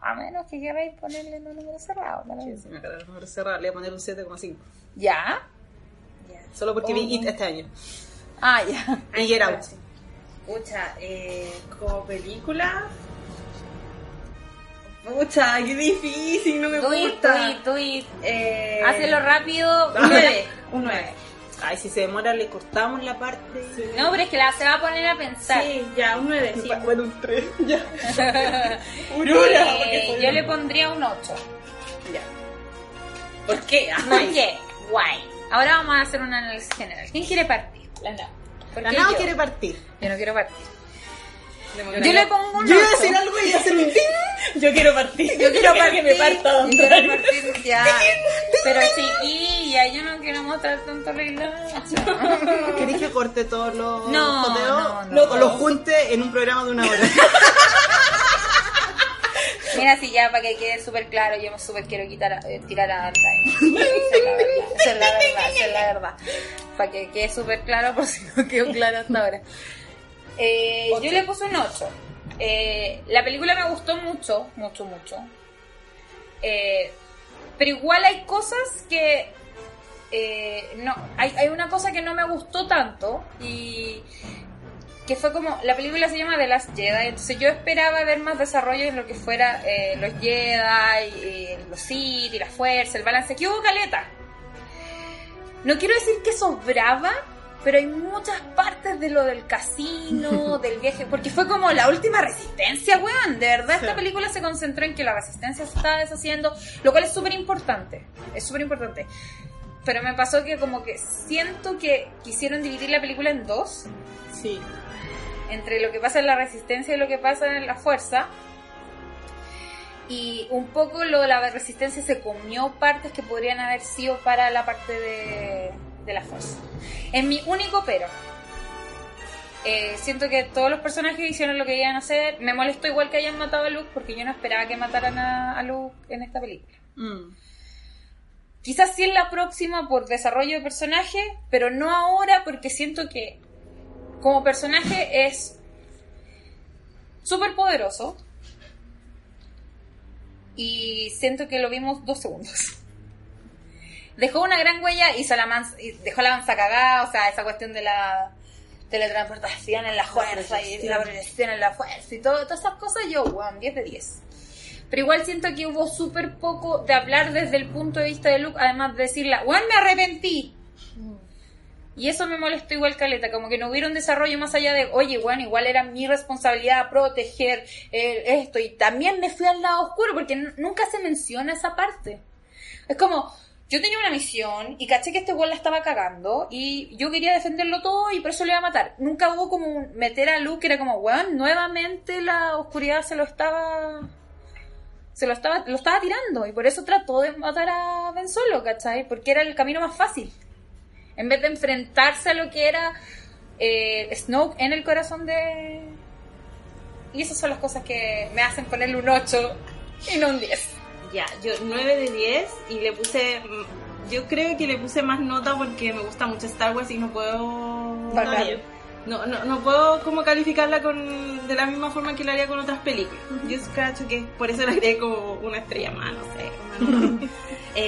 A menos que queráis ponerle un número cerrado. da lo mismo.
Sí, me acaba el número cerrado. Le voy a poner un 7,5.
Ya.
Solo porque vi It este año.
Ah, ya.
Y Get Out.
Pucha, eh, como película. Pucha, qué difícil, no me
Tweet,
gusta.
tweet, tweet.
Eh,
Hazlo rápido.
Un 9, un 9.
Ay, si se demora, le cortamos la parte.
No, pero es que la se va a poner a pensar.
Sí, ya, un 9, sí.
Bueno, un 3. Ya.
Eh, yo le pondría un 8.
¿Por qué?
¿Por qué? Guay. Ahora vamos a hacer un análisis general. ¿Quién quiere partir? La Nao. ¿Por
La
qué
Nao
yo?
quiere partir.
Yo no quiero partir. Yo le pongo un
Yo iba a
ocho.
decir algo y iba a hacer un ting.
Yo quiero partir. Yo quiero para que me parta.
Yo quiero partir ya. Pero chiquilla, yo no quiero mostrar tanto relajo.
¿Querés que corte todos los
No,
joteos?
no, no.
O los junte en un programa de una hora.
Mira, si ya, para que quede súper claro, yo súper quiero quitar, a- eh, tirar a Dark Time. Esa es la verdad, esa es la verdad. Para que quede súper claro, por si no quedó claro hasta ahora. Eh, yo le puse un 8. Eh, la película me gustó mucho, mucho, mucho. Eh, pero igual hay cosas que... eh, no, hay, hay una cosa que no me gustó tanto y que fue como, la película se llama The Last Jedi, entonces yo esperaba ver más desarrollo en lo que fuera eh, los Jedi, eh, los Sith y la fuerza, el balance, que hubo caleta. No quiero decir que sobraba, pero hay muchas partes de lo del casino, del viaje, porque fue como la última resistencia, weón. De verdad, esta
Sí.
película se concentró en que la resistencia se estaba deshaciendo, lo cual es súper importante, es súper importante. Pero me pasó que como que siento que quisieron dividir la película en dos,
Sí.
entre lo que pasa en la resistencia y lo que pasa en la fuerza. Y un poco lo de la resistencia se comió partes que podrían haber sido para la parte de, de la fuerza. Es mi único pero. eh, siento que todos los personajes hicieron lo que iban a hacer. Me molestó igual que hayan matado a Luke porque yo no esperaba que mataran a, a Luke en esta película.
Mm.
Quizás sí en la próxima por desarrollo de personaje, pero no ahora porque siento que como personaje es súper poderoso. Y siento que lo vimos dos segundos. Dejó una gran huella y, Salamans- y dejó la manza cagada, o sea, esa cuestión de la teletransportación en la fuerza y la proyección en la fuerza y todo, todas esas cosas, yo, weón, 10 de 10. Pero igual siento que hubo súper poco de hablar desde el punto de vista de Luke, además de decirla, Juan, me arrepentí. Y eso me molestó igual Caleta, como que no hubiera un desarrollo más allá de, oye, bueno, igual era mi responsabilidad proteger eh, esto. Y también me fui al lado oscuro, porque n- nunca se menciona esa parte. Es como, yo tenía una misión y caché que este weón la estaba cagando y yo quería defenderlo todo y por eso le iba a matar. Nunca hubo como un- meter a Luke, era como, weón, nuevamente la oscuridad se lo estaba se lo estaba, lo estaba tirando y por eso trató de matar a Ben Solo, ¿cachai? Porque era el camino más fácil. En vez de enfrentarse a lo que era eh, Snoke en el corazón de... Y esas son las cosas que me hacen ponerle un 8 y no un 10.
Ya, yo 9 de 10 y le puse. mm, Yo creo que le puse más nota porque me gusta mucho Star Wars y no puedo.
Bajar.
No, no, no puedo como calificarla con, de la misma forma que lo haría con otras películas. Yo escracho que por eso la creé como una estrella más, no sé. una nota.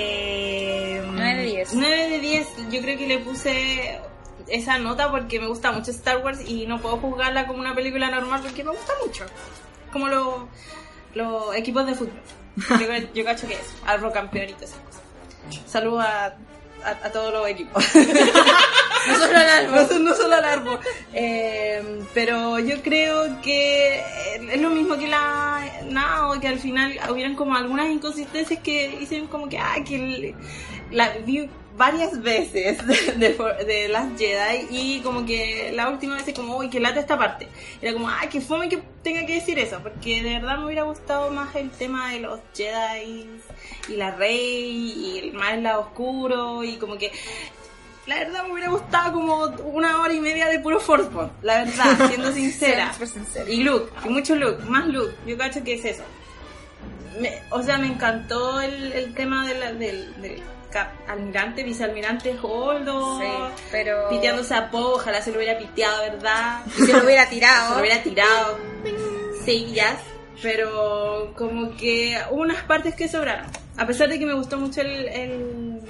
eh,
9 de 10.
9 de 10. Yo creo que le puse esa nota porque me gusta mucho Star Wars y no puedo juzgarla como una película normal porque me gusta mucho. Como lo- los equipos de fútbol. Yo, yo cacho que eso, al rock campeón y todas esas cosas. Saludos a, a, a todos los equipos. no solo al árbol. No, solo al árbol. Eh, pero yo creo que es lo mismo que la nada, que al final hubieron como algunas inconsistencias que hicieron como que, ah, que el- la vi varias veces de, de For- de Last Jedi y como que la última vez es como, uy, que lata esta parte. Era como, ah, que fome que tenga que decir eso, porque de verdad me hubiera gustado más el tema de los Jedi y la Rey y el más el lado oscuro y como que la verdad me hubiera gustado como una hora y media de puro Forspoon, la verdad, siendo sincera. Y Luke, y mucho Luke, más Luke, yo cacho que es eso. Me- o sea, me encantó el, el tema de la- del, del cap- almirante, vicealmirante Holdo,
pero...
piteándose a Po, ojalá se lo hubiera piteado, ¿verdad?
Se lo hubiera
se lo
tirado.
hubiera tirado. Sí, ya. Pero como que hubo unas partes que sobraron. A pesar de que me gustó mucho el, el,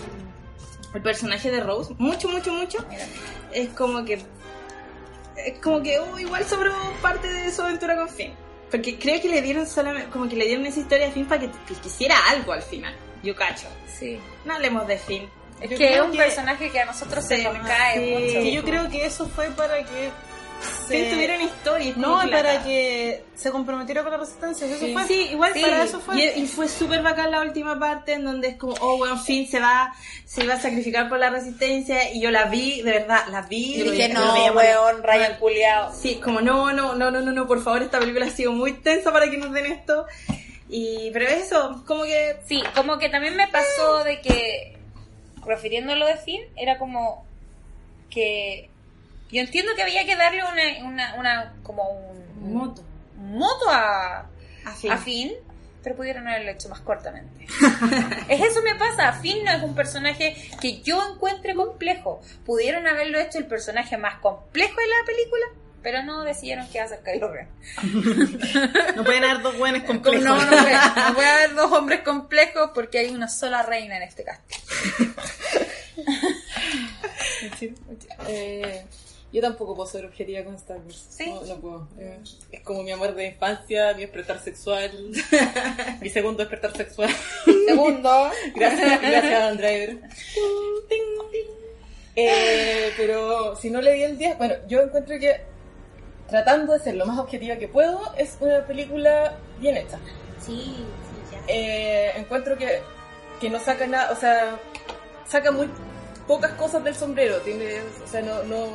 el personaje de Rose, mucho, mucho, mucho, es como que. Es como que oh, igual sobró parte de su aventura con Finn. Porque creo que le dieron solamente, como que le dieron esa historia a Finn para que, que quisiera algo al final. Yo cacho.
Sí.
No hablemos de Finn.
Es
Yo
que es
creo
un
que-
personaje que a nosotros se nos cae mucho.
Sí, yo creo que eso fue para que
Finn
se-
tuviera una historia. es como
No,
que la-
para que se comprometiera con la resistencia. Eso fue.
Sí, igual
Sí,
para eso
fue.
Y, y fue súper bacán la última parte en donde es como, oh, bueno, Finn se va, se iba a sacrificar por la resistencia y yo la vi, de verdad, la vi.
Yo
lo
dije,
vi- lo
no,
veía
weón, Ryan culiao.
Sí, como no, no, no, no, no, no, por favor, esta película ha sido muy tensa para que nos den esto. Y, pero eso, como que...
Sí, como que también me pasó de que, refiriendo a lo de Finn, era como que yo entiendo que había que darle una, una, una como un
Moto.
un moto a,
Así.
a Finn, pero pudieron haberlo hecho más cortamente. es eso me pasa, Finn no es un personaje que yo encuentre complejo. Pudieron haberlo hecho el personaje más complejo de la película, pero no decidieron que iba a ser Kylo Ren.
No pueden haber dos buenos
Como,
complejos.
No, no puede, no puede haber dos hombres complejos porque hay una sola reina en este castillo.
Eh, yo tampoco puedo ser objetiva con Star Wars.
Sí.
No, no puedo. Eh, es como mi amor de infancia, mi despertar sexual, mi segundo despertar sexual.
Segundo,
Gracias, gracias, Adam Driver. Eh, pero si no le di el 10, bueno, yo encuentro que tratando de ser lo más objetiva que puedo, es una película bien hecha.
Sí, sí, ya.
Eh, encuentro que, que no saca nada, o sea, saca muy pocas cosas del sombrero. Tiene, o sea, no, no,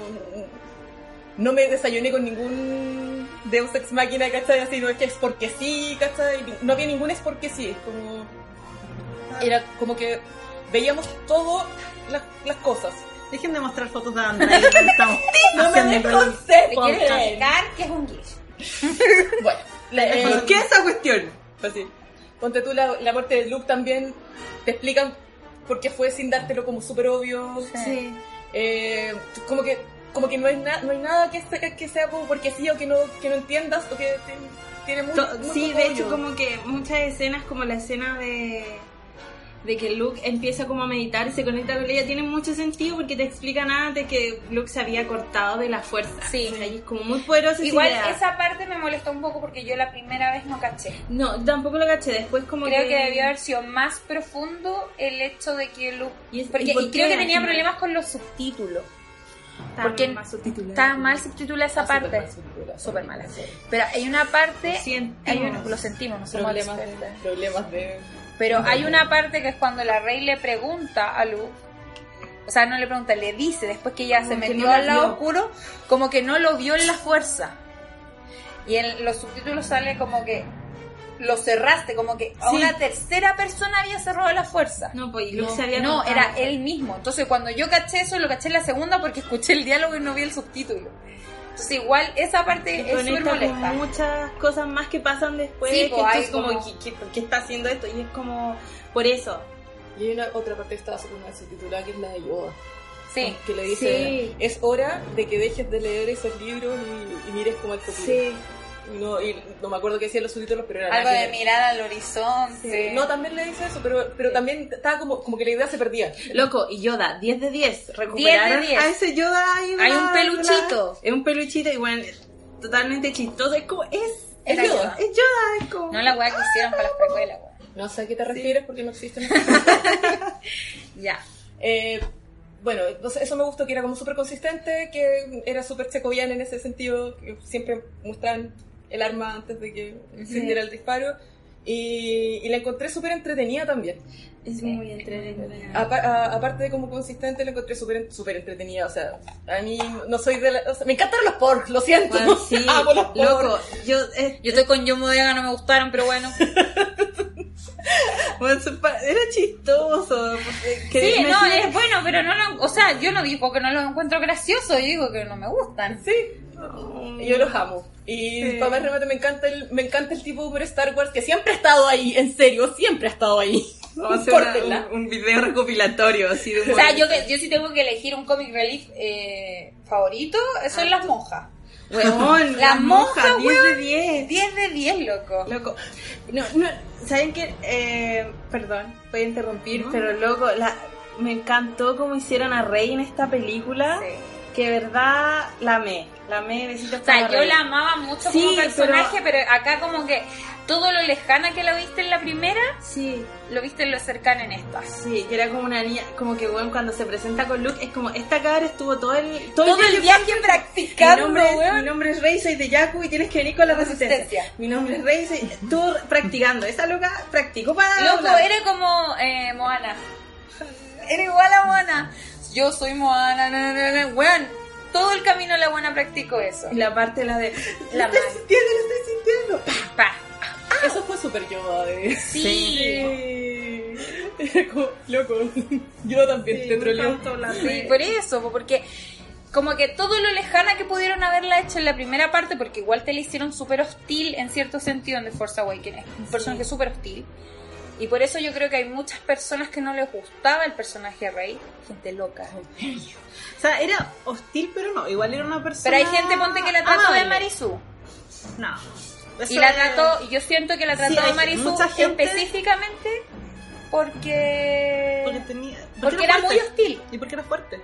no me desayuné con ningún Deus Ex Máquina, ¿cachai? Así, no es que es porque sí, ¿cachai? No había ningún es porque sí, es como... Era como que veíamos todas las cosas.
Dejen de mostrar fotos de Andrea. cuando estamos haciendo el-
Te quiero
Ah.
explicar que es un GIF.
Bueno, la- eh, ¿qué es esa cuestión? Así. Ponte tú la, la muerte de Luke también. Te explican por qué fue sin dártelo como súper obvio.
Sí.
Eh, como que como que no hay, na- no hay nada que sea, que sea como porque sí o que no, que no entiendas o que te- tiene mucho.
To- sí, de hecho, como que muchas escenas, como la escena de, de que Luke empieza como a meditar y se conecta con ella, tiene mucho sentido porque te explican antes que Luke se había cortado de la fuerza.
Sí.
O sea, y es como muy poderosa esa
Igual
idea.
esa parte me molestó un poco porque yo la primera vez no caché.
No, tampoco lo caché. Después como
Creo que debió haber sido más profundo el hecho de que Luke...
Y es-
porque,
¿y por
y creo
qué
que tenía
al final?
problemas con los subtítulos.
Está
porque
más subtitulada.
Estaba mal subtitulada
Ah,
esa parte. Súper mala. Pero hay una parte...
Siento.
Hay una- lo sentimos, no somos
problemas de,
expertas.
problemas de
Pero hay una parte que es cuando la Rey le pregunta a Luke, o sea, no le pregunta, le dice, después que ella se
que
metió
no la
al lado
vio.
oscuro, como que no lo vio en la fuerza. Y en los subtítulos sale como que lo cerraste, como que a
Sí.
una tercera persona había cerrado la fuerza.
No, pues y Luke se había
No,
cortado.
era él mismo. Entonces, cuando yo caché eso, lo caché en la segunda porque escuché el diálogo y no vi el subtítulo. Entonces, igual, esa parte
Se
es súper
conecta con
molesta.
muchas cosas más que pasan después.
Sí,
que
pues,
esto
hay
es como,
como-
¿qué- qué- por qué está haciendo esto? Y es como, por eso.
Y hay una otra parte que estaba súper mal subtitulada que es la de Yoda.
Sí.
Ah, Que le dice,
Sí.
es hora de que dejes de leer esos libros y, y mires como el futuro. Y no, y no me acuerdo qué decían los subtítulos, pero era
Algo
nada
de
que-
mirar al horizonte.
Sí. No, también le dice eso, pero, pero también estaba como, como que la idea se perdía.
Loco, y Yoda, 10 de 10.
10
Recuperaron
de 10.
a ese Yoda. ahí,
Hay
bla,
un
bla,
peluchito.
bla. Es un peluchito, igual, totalmente chistoso. Es como, es,
Es
es
la
Yoda.
Yoda.
Es Yoda, es como.
No la weá que hicieron para las precuelas, weón.
No sé a qué te refieres porque no existen.
Ya.
eh, bueno, entonces eso me gustó, que era como súper consistente, que era súper checoviano en ese sentido, que siempre mostraban el arma antes de que se diera el disparo. Y, y la encontré súper entretenida también.
Es muy entretenido.
Apa- a- aparte de como consistente, la encontré súper en- súper entretenida. O sea, a mí no soy de la. o sea, me encantan los porgs, lo siento.
Bueno, sí,
Amo los porgs.
loco, yo, eh,
Yo estoy con Yo Modega, no me gustaron, pero bueno.
bueno, su pa- era chistoso. porque- que
Sí,
me
no,
hacía-
es bueno, pero no lo. O sea, yo no digo que no lo encuentro gracioso, yo digo que no me gustan.
Sí, yo los amo. Y
Mm. Sí.
para más remate, me encanta, el, me encanta el tipo de humor Star Wars que siempre ha estado ahí, en serio, siempre ha estado ahí.
Vamos a hacer una-
Córtenla.
un, un video recopilatorio así de
O
humor.
sea, yo, que- yo sí tengo que elegir un comic relief eh, favorito,
Ah.
son las monjas.
Weón,
La monja,
10 de
weón.
10.
10 de 10, loco.
Loco, no, no, ¿saben qué? Eh, perdón, voy a interrumpir, pero loco, la, me encantó cómo hicieron a Rey en esta película,
Sí.
que de verdad la amé, la amé, besitos
O sea,
para
yo
Rey.
la amaba mucho
Sí,
como personaje, pero... acá como que todo lo lejana que la viste en la primera,
Sí,
lo viste en lo cercana en esta.
sí, que era como una niña, como que bueno, cuando se presenta con Luke, es como, esta cabra estuvo todo el... Todo,
Todo el viaje
mi
practicando,
nombre, es, mi
weón.
nombre es Rey, soy de Yaku y tienes que venir con la resistencia.
Resistencia.
Mi nombre es Rey, soy, tú practicando. Esa loca practicó para...
Loco,
hablar.
era como eh, Moana. Era igual a Moana. Yo soy Moana. na, na, na, na. Weón, todo el camino la buena practicó eso.
Y la parte la de...
La
lo estoy
madre.
sintiendo, lo estoy sintiendo. Pa.
Pa.
Eso fue súper yo, de.
Sí.
Era como, loco, yo también te troleo.
Sí, por eso, po, porque como que todo lo lejana que pudieron haberla hecho en la primera parte, porque igual te la hicieron súper hostil en cierto sentido en The Force Awakens, un personaje súper hostil. Y por eso yo creo que hay muchas personas que no les gustaba el personaje de Rey, gente loca.
O sea, era hostil, pero no. Igual era una
Pero
persona.
hay gente, ponte que la trató de
amable.
Marisú.
No. Eso
Y la
es-
trató, y yo siento que la
Sí,
trató
hay
de Marisú
mucha gente-
específicamente porque...
Porque tenía.
porque era muy
fuerte.
hostil.
Y porque era fuerte.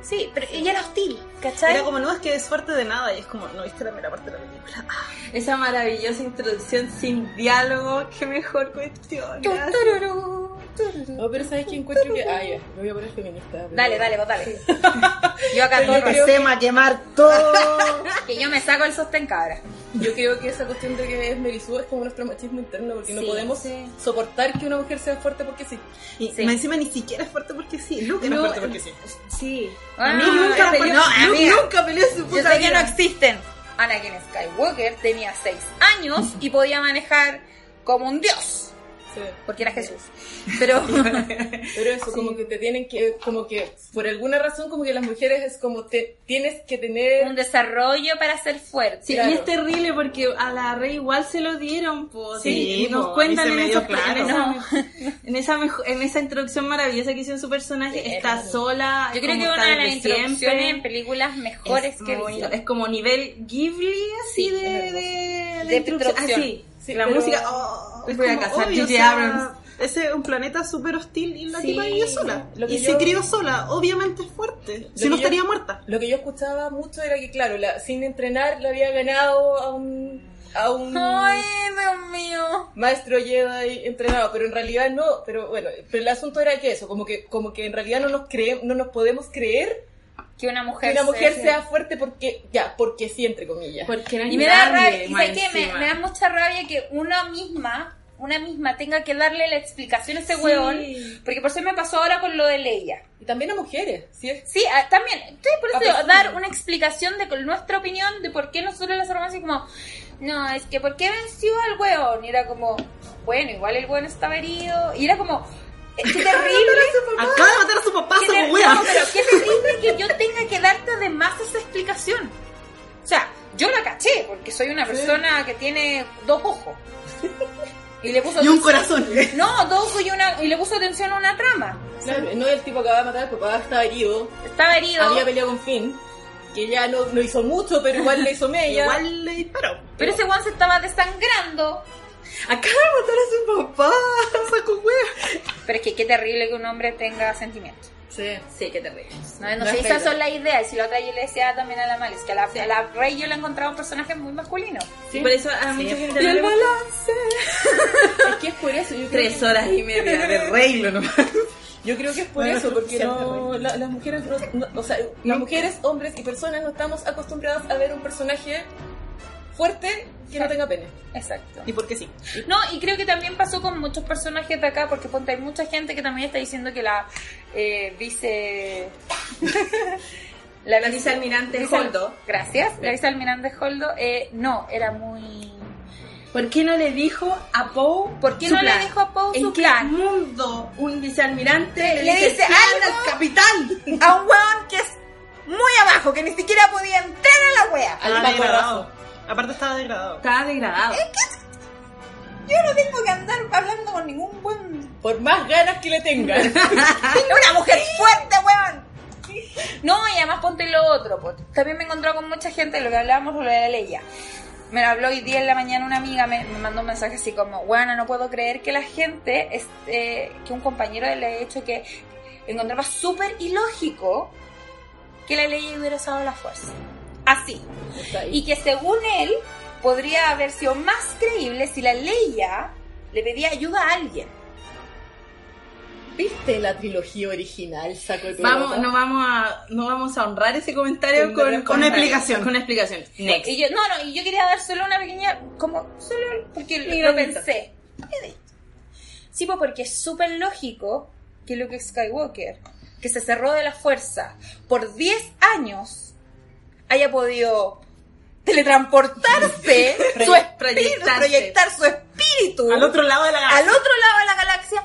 Sí, pero ella era hostil, ¿cachai?
Era como, no, es que es fuerte de nada. Y es como, no viste la primera parte de la película. Ah,
Esa maravillosa introducción sin diálogo, qué mejor cuestión. gracias.
Tururú, tururú.
No, pero sabes que encuentro que. Ah, ya, me voy a poner feminista. pero-
Dale, dale, vos dale. Yo acá todo
que se va a quemar todo.
que yo me saco el sostén cabra.
Yo creo que esa cuestión de que es Merisú es como nuestro machismo interno, porque no
Sí,
podemos
sí.
soportar que una mujer sea fuerte porque sí.
Y
Sí.
más encima ni siquiera es fuerte porque sí. Luke era
No,
fuerte porque sí.
Sí.
Ah,
Luke nunca
ese-
peleó.
no,
Luke
amiga,
nunca peleó en su
yo
puta
sé que no
vida.
existen. Anakin Skywalker tenía 6 años y podía manejar como un dios. porque era Jesús. Pero
Pero eso, como que te tienen que, como que, por alguna razón, como que las mujeres es como te tienes que tener
un desarrollo para ser fuerte.
Sí,
Claro.
y este es terrible porque a la rey igual se lo dieron, pues.
Sí,
y nos
po,
cuentan
y se
en,
me dio
esos-
claro.
en esa, en, esa mejo- en esa introducción maravillosa que hicieron su personaje. está sola.
Yo creo
como
que
está
una de las
desde siempre.
introducciones en películas mejores
es,
que he
muy-
visto.
es como nivel Ghibli, así
Sí,
de,
es
de, de
De
introducción. Ah,
introducción.
sí.
Sí,
la
pero-
música. oh,
Es
voy a
como,
casar J.J.
obvio, o sea,
Abrams.
Ese es un planeta súper hostil y la
Sí.
tipa vive sola.
Lo que
Y
yo-
se crió sola. Obviamente es fuerte. Si
que
no
yo-
estaría muerta.
Lo que yo escuchaba mucho era que, claro, la, sin entrenar la había ganado a un, a un
Ay, Dios mío.
maestro Jedi entrenado, pero en realidad no, pero bueno, pero el asunto era que eso, como que, como que en realidad no nos creemos, no nos podemos creer
Que una
que
mujer
una mujer
sea-
sea fuerte porque, ya, porque sí, entre comillas.
Porque eran
Y me da
grandes,
rabia, y
más
¿sabes qué? Me,
encima.
me da mucha rabia que una misma, una misma tenga que darle la explicación a ese
Sí.
hueón, porque por eso me pasó ahora con lo de Leia.
Y también a mujeres, ¿sí? es-
Sí, ah, también, estoy por eso
A
digo,
personas.
dar una explicación de con- nuestra opinión de por qué nosotros las armamos así como, no, es que ¿por qué venció al hueón? Y era como, bueno, igual el hueón estaba herido, y era como, eh, qué terrible.
Acaba de matar a su papá,
Qué
esa
ter-
wea.
no, pero qué terrible que yo tenga que darte además esa explicación. O sea, yo la caché porque soy una persona que tiene dos ojos. Y le puso
Y un
atención-
corazón.
No, dos ojos y una y le puso atención a una trama.
Claro, no el tipo que acaba de matar al papá, estaba herido,
Estaba herido.
había peleado con Finn, que ya no, no hizo mucho, pero igual le hizo media.
Igual le disparó.
Pero ese guan se estaba desangrando.
Acaba de matar a su papá. Saco wea.
Pero es que qué terrible que un hombre tenga sentimientos.
Sí.
Sí, qué terrible.
No, no
No
sé,
es
esas
verdad.
son las ideas. Y si la otra yo le decía también a la Mal, es que a la, a la Rey yo la encontraba un personaje muy masculino.
Y por eso a mucha gente
Y
no
el
le gusta.
balance. es que es por eso. Yo creo
Tres
que,
horas y media de reino nomás.
Yo creo que es por
Bueno,
eso, porque
siempre,
no, la- las mujeres, no- no- o sea, las mujeres, hombres y personas no estamos acostumbradas a ver un personaje fuerte que no tenga pene.
Exacto.
Y porque sí.
No, y creo que también pasó con muchos personajes de acá, porque ponte, hay mucha gente que también está diciendo que la eh, vice... la
La vicealmirante
vice-
Holdo.
Gracias, la vicealmirante Holdo. eh, no, era muy...
¿Por qué no le dijo a Poe?
¿Por qué
su
no
plan?
le dijo a Poe
¿En
su
qué
plan?
mundo un vicealmirante le,
le dice
dice algo al capitán?
A un weón que es muy abajo, que ni siquiera podía entrar a la wea.
Al
Estaba
Paco
Ah, degradado. Aparte estaba degradado.
Estaba degradado.
Yo no tengo que andar hablando con ningún buen
Por más ganas que le tengan.
Una mujer fuerte, weón. No, y además ponte lo otro. po. También me encontré con mucha gente, lo que hablábamos, lo de la Leia. Me lo habló hoy día en la mañana una amiga, me, me mandó un mensaje así como, bueno, no puedo creer que la gente, este, que un compañero le haya hecho que encontraba súper ilógico que la ley hubiera usado la fuerza. Así. Y que según él, podría haber sido más creíble si la Leia le pedía ayuda a alguien.
¿Viste la trilogía original? Saco tu
Vamos,
nota?
no vamos a, no vamos a honrar ese comentario
Con
con,
una
explicación.
Con una explicación. Next.
Y yo, no, no, y yo quería dar solo una pequeña, como, solo porque lo, pensé. Sí, pues porque es súper lógico que Luke Skywalker, que se cerró de la fuerza por 10 años, haya podido teletransportarse, su espíritu,
proyectarse.
proyectar su espíritu
Al otro lado de la
al
galaxia.
otro lado de la galaxia.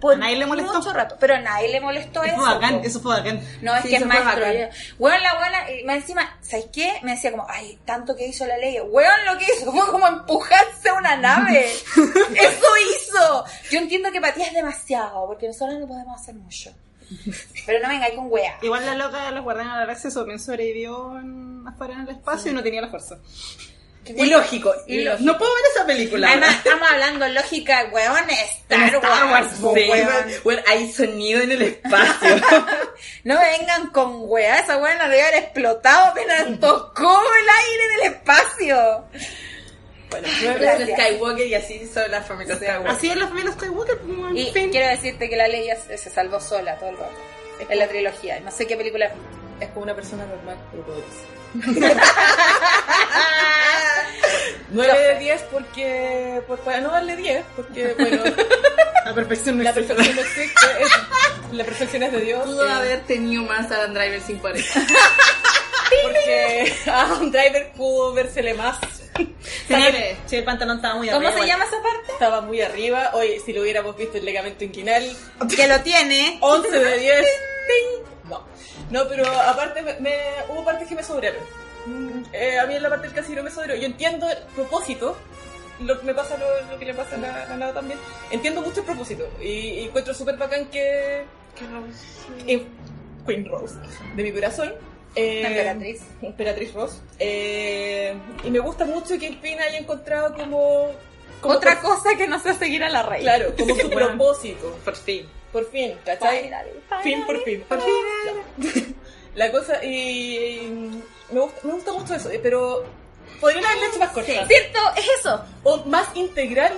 Por
A nadie le molestó.
mucho rato, pero a nadie le molestó
Eso
eso.
fue bacán.
po.
Eso fue bacán.
No, es
Sí,
que es
eso fue
maestro.
bacán.
Weón, la buena, y más encima, ¿sabes qué? Me decía como, ay, tanto que hizo la ley. Weón, lo que hizo fue como empujarse a una nave. Eso hizo. Yo entiendo que patías demasiado, porque nosotros no podemos hacer mucho. Pero no venga con wea.
Igual la loca de los guardianes de la galaxia también sobrevivió en, afuera en el espacio y no tenía la fuerza.
Ilógico.
Ilógico.
No puedo ver esa película.
Además, estamos hablando lógica, weón, Star,
Star Wars,
Wars, po,
sí,
weón.
weón, hay sonido en el espacio.
No me vengan con weá, esa weá no debe haber explotado apenas tocó el aire del espacio.
bueno,
Gracias.
Skywalker y así son las familias Skywalker.
Así es la familia Skywalker, como en
Y
fin.
quiero decirte que la ley ya se se salvó sola todo el rato. En la trilogía. No sé qué película.
Es como una persona normal, pero poderosa. 9 de 10 porque, por- para no darle 10, porque bueno,
La perfección no
la
existe.
perfección no existe, es- la perfección es de Dios.
Pudo
eh,
haber tenido más Adam Driver sin pareja.
porque a un driver pudo vérsele más Sí, sí, el pantalón estaba muy
¿Cómo
arriba.
se
igual.
llama esa parte?
Estaba muy arriba. Oye, si lo hubiéramos visto el legamento inquinal,
Que lo tiene.
11 de 10. Ting. No. No, pero aparte me, me- hubo partes que me sobraron. Mm, eh, a mí en la parte del casino me sobró. Yo entiendo el propósito. Lo que me pasa, lo, lo que le pasa a la, la nada también. Entiendo mucho el propósito. Y, y encuentro súper bacán que. que Queen Rose, de mi corazón. eh,
La emperatriz.
Emperatriz Ross. Eh, y me gusta mucho que Pina haya encontrado como. como
Otra
por-
cosa que no sea seguir a la reina.
Claro, como su propósito.
Por fin.
Por fin, ¿cachai? Fin por fin. Por fin. La cosa, y mm, me gusta, me gusta mucho eso, eh, pero podrían haberla hecho más corta.
¿Cierto? Es eso.
O más integral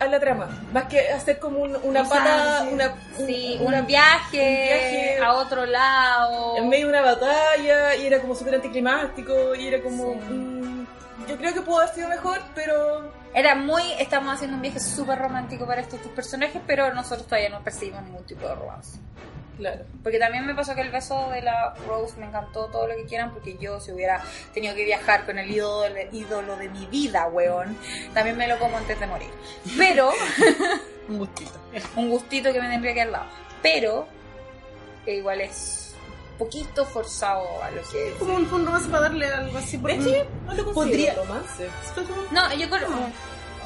a la trama. Más que hacer como un- una pata, una, un-
Sí,
una-
un viaje,
viaje.
a otro lado.
en medio de una batalla, y era como súper anticlimático, y era como...
Sí.
mm, yo creo que pudo haber sido mejor, pero...
Era muy, estamos haciendo un viaje súper romántico para estos dos personajes, pero nosotros todavía no percibimos ningún tipo de romance.
Claro.
Porque también me pasó que el beso de la Rose me encantó todo lo que quieran, porque yo si hubiera tenido que viajar con el ídolo, ídolo de mi vida, weón, también me lo como antes de morir. Pero...
Un gustito.
un gustito que me tendría que dar lado. Pero eh, igual es un poquito forzado a lo que es.
Como un fondo más para darle algo así. por-
De hecho,
Mm.
no lo considero
Podría-
romance.
Fue como-
No, yo creo.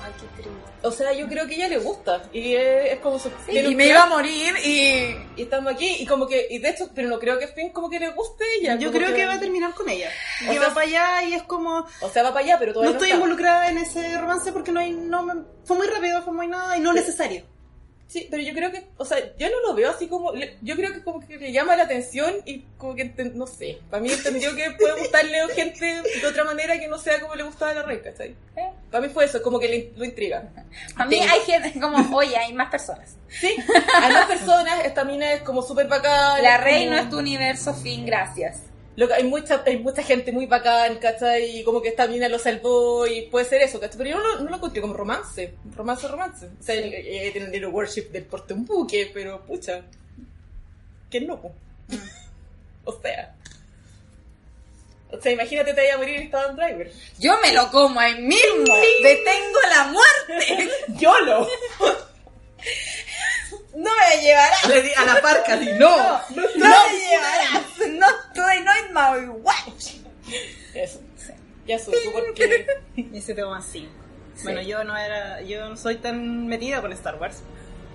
Ay, qué triste.
O sea, yo creo que a ella le gusta, y es, es como... su- tiene
y
un
me
crush.
iba a morir y.
Y estamos aquí, y como que, y de hecho, pero no creo que Finn como que le guste a ella.
Yo
como
creo que va a terminar con ella.
O
Que
sea,
va para allá y es como.
O sea, va para allá, pero
No
todavía no,
estoy
está.
involucrada en ese romance porque no hay. No, me- fue muy rápido, fue muy nada y no necesario.
Sí, pero yo creo que, o sea, yo no lo veo así como, le- yo creo que como que le llama la atención y como que, enten- no sé, para mí entendió que puede gustarle a gente de otra manera que no sea como le gustaba a la reina, ¿cachai?
¿Eh?
Para mí fue eso, como que le- lo intriga.
A mí hay gente como, oye, hay más personas.
Sí, hay más personas, esta mina es como súper bacán.
La
es
rey
como-
no es tu universo, fin, gracias.
Lo que- hay mucha, hay mucha gente muy bacán, ¿cachai? Y como que esta mina lo salvó y puede ser eso, ¿cachai? Pero yo no lo, no lo encontré como romance, romance, romance. O sea, el- eh, tiene un little worship del porte un buque, pero pucha, qué loco. o sea, o sea, imagínate te vaya a morir en Adam Driver.
Yo me lo como ahí mismo. Detengo la muerte.
¡YOLO!
No me llevarás.
Le di a la parca, di no.
No, me llevarás. No estoy, no es my watch.
Eso. Ya supo porque...
17,5. Bueno, yo no era. Yo no soy tan metida con Star Wars.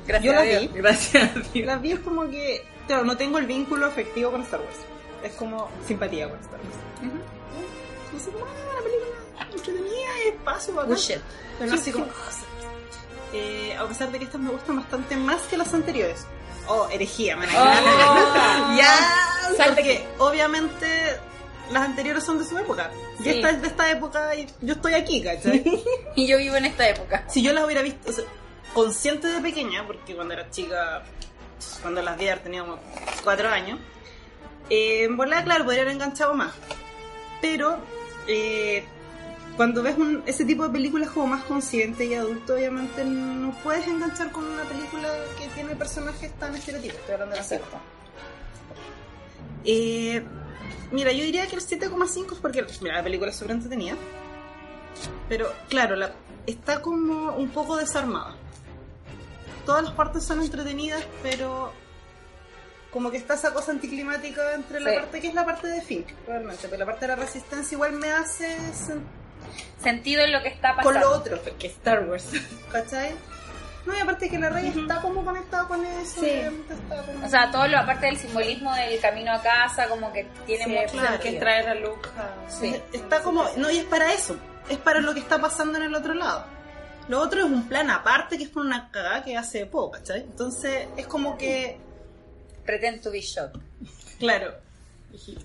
Gracias.
Yo
a
las
Dios.
vi.
Gracias.
Las vi es como que. Claro, no tengo el vínculo afectivo con Star Wars. Es como simpatía con Star Wars. No sé cómo ah, la película entretenida y espacio bacán.
Good shit.
Pero no así como. ah, sí. Eh, a pesar de que estas me gustan bastante más que las anteriores. Oh, herejía, man.
Ah.
ya. Porque obviamente las anteriores son de su época. Y
Sí.
esta es de esta época y yo estoy aquí, ¿cachai?
Y yo vivo en esta época.
si yo las hubiera visto, o sea, consciente de pequeña, porque cuando era chica, cuando las vi haber tenido como cuatro años, eh, en volada, claro, podría haber enganchado más. Pero eh, cuando ves un- ese tipo de películas como más consciente y adulto, obviamente no puedes enganchar con una película que tiene personajes tan estereotipos. Estoy hablando de la serie. Eh, mira, yo diría que el 7,5 es porque mira, la película es súper entretenida. Pero claro, la- está como un poco desarmada. Todas las partes son entretenidas, pero como que está esa cosa anticlimática entre la
Sí.
parte que es la parte de Fink, realmente. Pero la parte de la resistencia igual me hace sen-
Sentido en lo que está
con lo
pasando.
otro,
Que Star Wars.
¿cachai? No, y aparte que la rey está como conectada con eso.
Sí.
obviamente está como-
O sea, todo lo aparte del simbolismo del camino a casa, como que tiene
Sí,
mucho
claro.
sentido.
Que
traer a Luca.
Sí.
Está como, no, y es para eso, es para lo que está pasando en el otro lado. Lo otro es un plan aparte que es por una cagada que hace poco, ¿cachai? Entonces es como que,
Pretend to be shocked.
claro,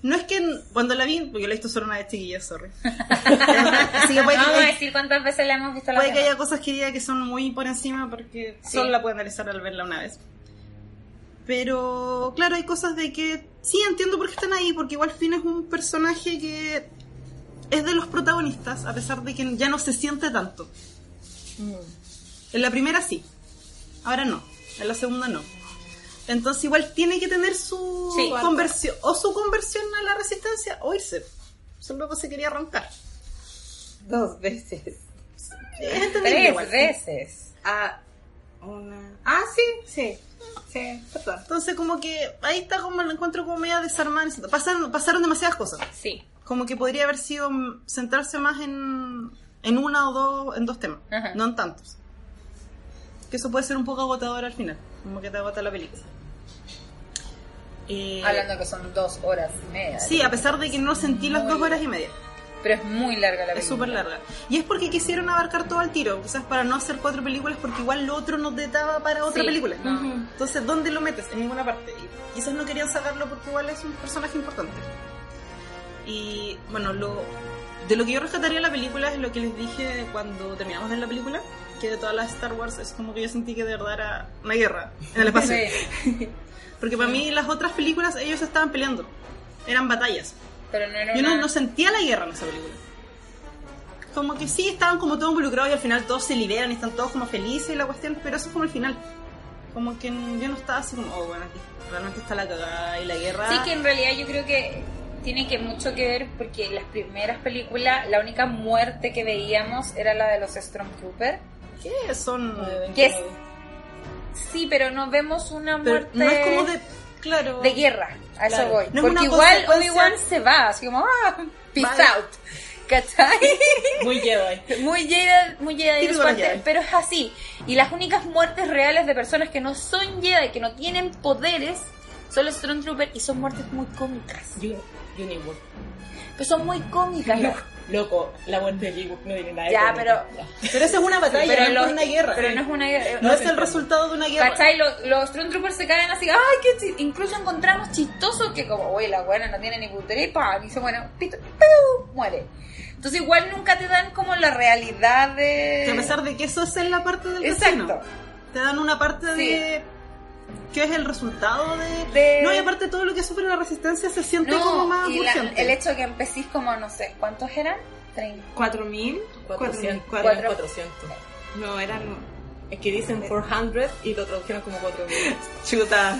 no es que n- cuando la vi, porque la he visto solo una vez chiquilla, sorry. Así que puede,
no vamos a
que,
decir cuántas veces la hemos visto a la
puede que
misma.
haya cosas que diga que son muy por encima porque
Sí.
solo la puedo analizar al verla una vez. Pero claro, hay cosas de que sí entiendo por qué están ahí, porque igual Finn es un personaje que es de los protagonistas, a pesar de que ya no se siente tanto.
Mm.
En la primera sí, ahora no, en la segunda no. Entonces igual tiene que tener su
Sí.
conversión, o su conversión a la resistencia, o irse. Solo que se quería arrancar.
dos veces.
Es entendible
Tres
igual.
veces.
Ah, una. Ah, sí, sí. Sí, perdón.
Entonces como que ahí está como el encuentro como media desarmada. Pasaron, pasaron demasiadas cosas.
Sí.
Como que podría haber sido mm, centrarse más en, en una o dos, en dos temas,
Ajá.
no en tantos. Que eso puede ser un poco agotador al final, como que te agota la película. Eh,
Hablando que son dos horas y media.
sí, a pesar de que no sentí las
Muy-
dos horas y media.
Pero es muy larga la película.
Es súper larga. Y es porque quisieron abarcar todo al tiro, quizás para no hacer cuatro películas, porque igual lo otro no te daba para otra
Sí,
película.
no.
Entonces, ¿dónde lo metes? En ninguna parte. Y quizás no querían sacarlo porque igual es un personaje importante. Y bueno, lo, de lo que yo rescataría de la película es lo que les dije cuando terminamos de ver la película, que de todas las Star Wars es como que yo sentí que de verdad era una guerra en el espacio. Porque para mí las otras películas ellos estaban peleando, eran batallas.
Pero no era
Yo no,
una-
no sentía la guerra en esa película. Como que sí, estaban como todos involucrados y al final todos se liberan y están todos como felices y la cuestión, pero eso es como el final. Como que n- yo no estaba así como, oh, bueno, aquí realmente está la cagada y la guerra.
Sí que en realidad yo creo que tiene que mucho que ver porque las primeras películas, la única muerte que veíamos era la de los Stormtroopers.
¿Qué son?
Que es- Sí, pero no vemos una
Pero
muerte
no es como de. Claro.
de guerra. A eso
Claro.
voy.
No es una
porque igual
consecuencia-
Obi-Wan se va, así como, ah, peace
Vale.
out. ¿Cachai?
Muy Jedi.
Muy Jedi, muy Jedi de
Típico
su parte,
Jedi.
pero es así. Y las únicas muertes reales de personas que no son Jedi, que no tienen poderes, son los Stormtroopers y son muertes muy cómicas.
You, Uniworld.
Pero son muy cómicas.
Loco, loco, la muerte de Uniworld no tiene nada de
Ya,
cómico.
pero-
Pero eso es una batalla,
Pero
no
los-
es una guerra.
Pero no es una guerra.
No es el resultado de una guerra.
¿Cachai? Los, los Stormtroopers se caen así, ¡ay, qué chi-". Incluso encontramos chistoso que como, oye, la buena no tiene ni putería y pa, y se muere, pito, ¡piu! muere. Entonces igual nunca te dan como la realidad de...
Que a pesar de que eso es en la parte del
Exacto.
casino. Te dan una parte
Sí.
de. que es el resultado de.
De-
No, y aparte todo lo que sufre la resistencia se siente
No,
como más pues.
y la-
urgente.
el hecho de que empecéis como, no sé, ¿cuántos eran? 30.
¿Cuatro mil? Cuatro mil.
400.
cuatro-
eran 400.
No, eran...
Es que dicen 400 y lo tradujeron como 4000.
Chuta,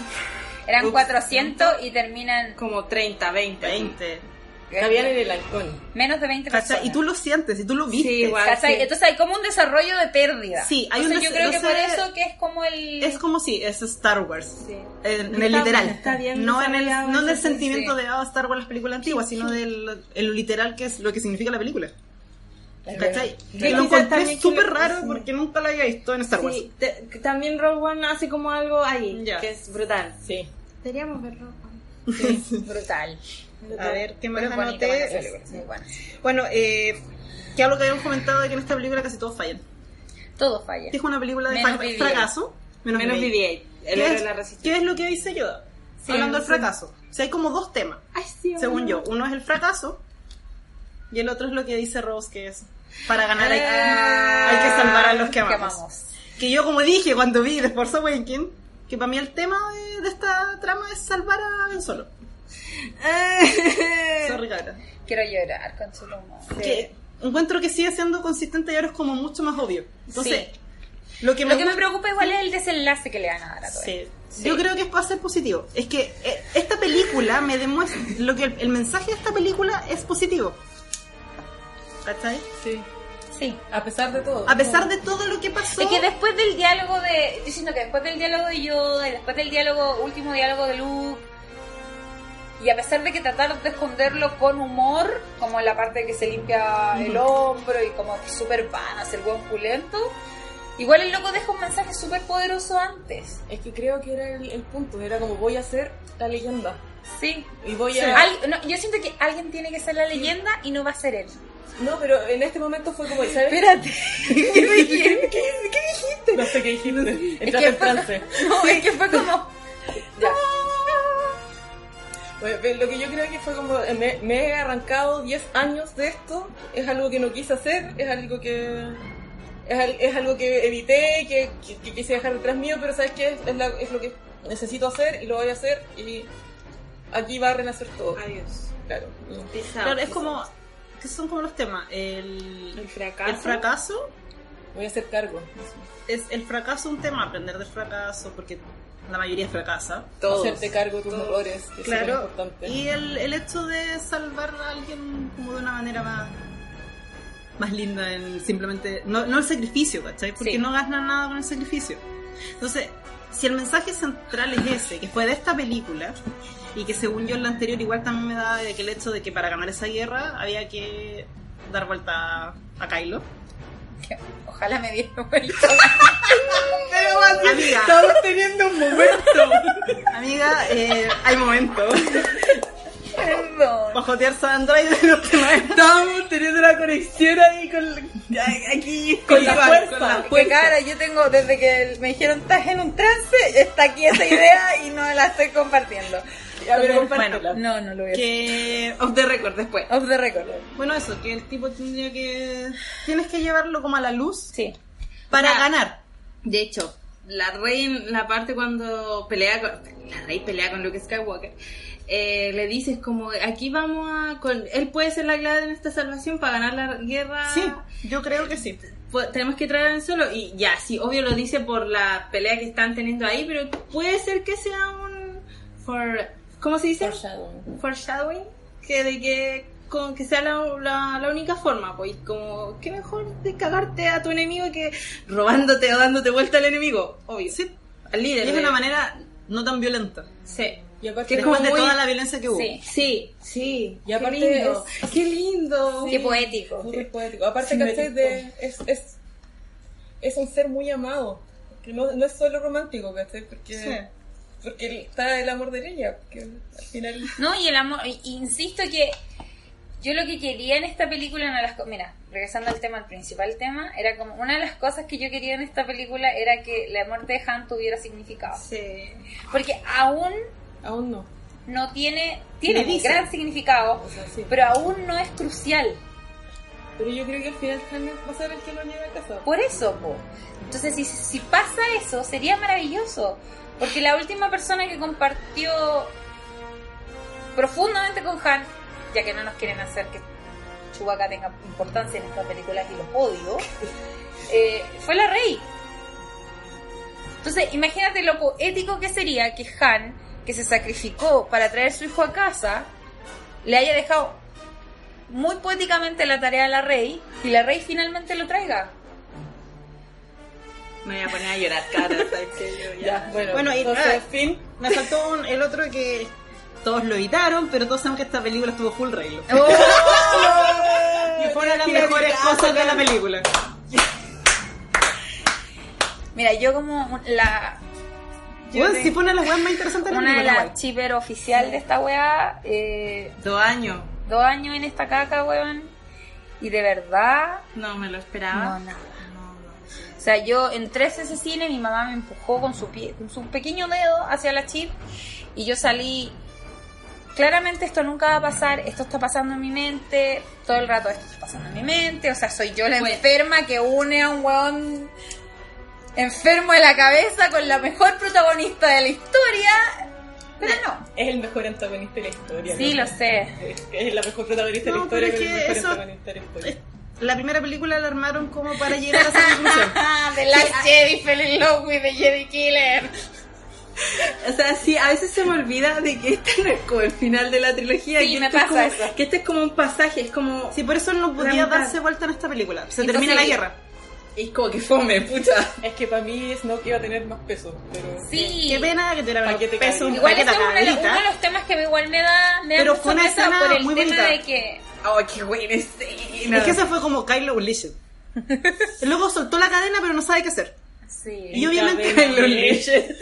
Eran
Ups.
400 y terminan eh,
como 30, 20.
20.
Cabían en el halcón.
menos de 20 personas.
¿Cachai? Y tú lo sientes, y tú lo viste.
Sí, igual.
¿Cachai?
sí.
Entonces hay como un desarrollo de pérdida.
Sí, hay un
Entonces yo
des-
creo que por
entonces-
eso que es como el...
Es como si es Star Wars.
Sí.
En, en el
Está-
literal.
está bien
no en el,
desarrollado
no en el
ese-
sentimiento de ah, Star Wars las películas antiguas, sino del el literal que es lo que significa la película. ¿Cachai?
Que
lo
quizás
encontré
también
súper
que lo-
raro porque nunca lo había visto en Star Wars.
Sí, te- que también Rogue One hace como algo ahí,
Ya.
que es brutal.
Sí.
Deberíamos ver Rogue One.
brutal.
A ver, ¿qué más
Pero es bonita,
anoté?
buena película, sí, bueno.
Bueno, eh, que algo que habíamos comentado de que en esta película casi todos fallan.
Todo falla.
Es una película de
Menos
fra-
BB-8.
fracaso. Menos,
Menos BB-8,
BB-8.
el
¿Qué
héroe
es-
de la resistencia.
¿Qué es lo que dice Yoda?
Sí,
Hablando del
sí.
fracaso. O sea, hay como dos temas,
Ay, sí,
según
amor.
yo. Uno es el fracaso y el otro es lo que dice Rose, que es para ganar hay,
Ah,
hay que salvar a los que
que
amamos. Que yo, como dije cuando vi The Force Awakens, que para mí el tema de, de esta trama es salvar a Ben Solo.
Eh,
Sorry, cabra.
Quiero llorar con su lomo.
Que encuentro que sigue siendo consistente y ahora es como mucho más obvio. Entonces, lo que me,
Lo que me
gusta-
preocupa igual es el desenlace que le van a dar a todo.
Sí. Yo creo que va a ser positivo. Es que eh, esta película me demuestra lo que el, el mensaje de esta película es positivo. ¿Cachai?
Sí.
esto. Sí.
A pesar de todo.
A pesar de todo lo que pasó,
Es que después del diálogo de. Estoy diciendo que después del diálogo de Yoda, y después del diálogo, último diálogo de Luke. Y a pesar de que trataron de esconderlo con humor, como en la parte que se limpia el hombro y como que súper vanas, el buen pulento, igual el loco deja un mensaje súper poderoso antes.
Es que creo que era el, el punto. Era como voy a ser la leyenda.
Sí.
Y voy
Sí.
a.
Al- no, yo siento que alguien tiene que ser la leyenda y no va a ser él.
No, pero en este momento fue como. ¿sabes?
Espérate.
No sé qué dijiste.
Es que-
Entraste en trance.
No, es que fue como.
Ya. Bueno, pero lo que yo creo que fue como, eh, me, me he arrancado 10 años de esto, es algo que no quise hacer, es algo que es, al- es algo que evité, que, que- que quise dejar detrás mío, pero sabes que es, la- es lo que necesito hacer y lo voy a hacer y aquí va a renacer todo.
Adiós.
Claro.
Peace out.
claro, es como que son como los temas. El,
El fracaso.
el fracaso
Voy a hacer cargo.
es el fracaso un tema, aprender del fracaso, porque la mayoría fracasa.
Todos.
Hacerte cargo de tus
Todos.
errores, que es súper
Claro,
importante.
y el, el hecho de salvar a alguien como de una manera más más linda en simplemente. No, no el sacrificio, ¿cachai? Porque
Sí.
no ganan nada con el sacrificio. Entonces, si el mensaje central es ese, que fue de esta película, y que según yo en la anterior igual también me daba de que el hecho de que para ganar esa guerra había que dar vuelta a Kylo.
Ojalá me diera vuelta.
Pero amiga,
Estamos teniendo un momento.
amiga, eh, hay momento.
Perdón.
Bajotear San Android no te va a-
Estamos teniendo la conexión ahí con, aquí, con, la fuerza. Con la
Porque
fuerza.
cara, yo tengo desde que el- me dijeron estás en un trance, está aquí esa idea y no la estoy compartiendo.
compártela.
no, no lo voy a hacer.
que
Off the record después.
Off the record.
bueno eso que el tipo tendría que tienes que llevarlo como a la luz
Sí.
para
Ah.
ganar
De hecho, la rey en la parte cuando pelea con, la rey pelea con Luke Skywalker, eh, le dices como aquí vamos a con- él puede ser la clave en esta salvación para ganar la guerra.
sí yo creo que sí
Pu- tenemos que traer en solo y ya, sí, obvio lo dice por la pelea que están teniendo ahí, pero puede ser que sea un for ¿cómo se dice? Foreshadowing. que de que con que sea la, la, la única forma, pues y como qué mejor de cagarte a tu enemigo que robándote o dándote vuelta al enemigo, obvio.
Sí.
Al
y
líder.
es
de-
una manera no tan violenta
Sí.
Y aparte,
Que es
después
como
de
muy-
toda la violencia que hubo
Sí.
Sí, sí.
Y aparte
qué lindo. Qué lindo.
Qué poético.
Súper poético. Aparte, ¿cachai? De, es, es, es un ser muy amado. Que no, no es solo romántico, ¿cachai? Porque, porque está el amor de ella. Que al final.
No, y el amor, y- insisto que yo lo que quería en esta película, una de las co- mira, regresando al tema, al principal tema, era como una de las cosas que yo quería en esta película era que la muerte de Han tuviera significado.
Sí.
Porque aún
Aún no.
no tiene, tiene
Le
un
dicen.
gran significado,
O sea, sí.
pero aún no es crucial.
Pero yo creo que al final Han va a ser el que lo lleve a casa.
Por eso, po. Entonces, si, si pasa eso, sería maravilloso. Porque la última persona que compartió profundamente con Han, ya que no nos quieren hacer que Chewbacca tenga importancia en estas películas y los odio, eh, fue la Rey. Entonces, imagínate lo poético que sería que Han, que se sacrificó para traer su hijo a casa, le haya dejado muy poéticamente la tarea a la Rey y la Rey finalmente lo traiga.
Me voy a poner a llorar, cara, ¿sabes qué? Yo ya.
bueno.
bueno y
entonces,
ah,
fin.
me faltó un- el otro que todos lo evitaron pero todos sabemos que esta película estuvo full reglo Oh. y fue una de las mejores cosas de la película
Mira, yo como un- la
Bueno, si pone las weas más interesantes de la
una de
película
las chipper oficial de esta weá, eh,
guay. dos años
dos años en esta caca, weón, y de verdad,
No me lo
no,
esperaba.
nada. O sea, yo entré a ese cine, mi mamá me empujó con su, pie, con su pequeño dedo hacia la chip y yo salí. Claramente esto nunca va a pasar, esto está pasando en mi mente, todo el rato esto está pasando en mi mente, o sea, soy yo la enferma que une a un weón enfermo de la cabeza con la mejor protagonista de la historia, pero no.
Es el mejor antagonista de la historia.
Sí,
¿no?
lo sé.
Es, es la mejor protagonista
No,
de la historia.
pero
con el
es que
mejor
eso-
antagonista de la historia.
Eh, la primera película la armaron como para llegar a esa conclusión
Ah, The Last Jedi fell in love with the Jedi Killer.
O sea, sí, a veces se me olvida de que este no es como el final de la trilogía.
Sí,
que
me
esto es
pasa
como-
eso.
Que este es como un pasaje, es como...
Sí, por eso no podía
mitad.
darse vuelta en esta película. Se termina la
Imposible.
guerra.
Es como que fome, pucha.
Es que para mí Snoke iba a tener más peso. Pero...
Sí.
Qué pena que te la
Pa' que te
peso un
caiga.
Igual ese
paquete
es uno de, los-
cagadita.
uno de los temas que me igual me da, me da
Pero
mucha
fue una
sorpresa
escena
por el
muy
tema
bonita.
de que
Oh, qué buena escena.
Es que se fue como Kylo Unleashed. El loco soltó la cadena, pero no sabe qué hacer.
sí,
Y obviamente
cadena,
Kylo
¿eh?
Unleashed.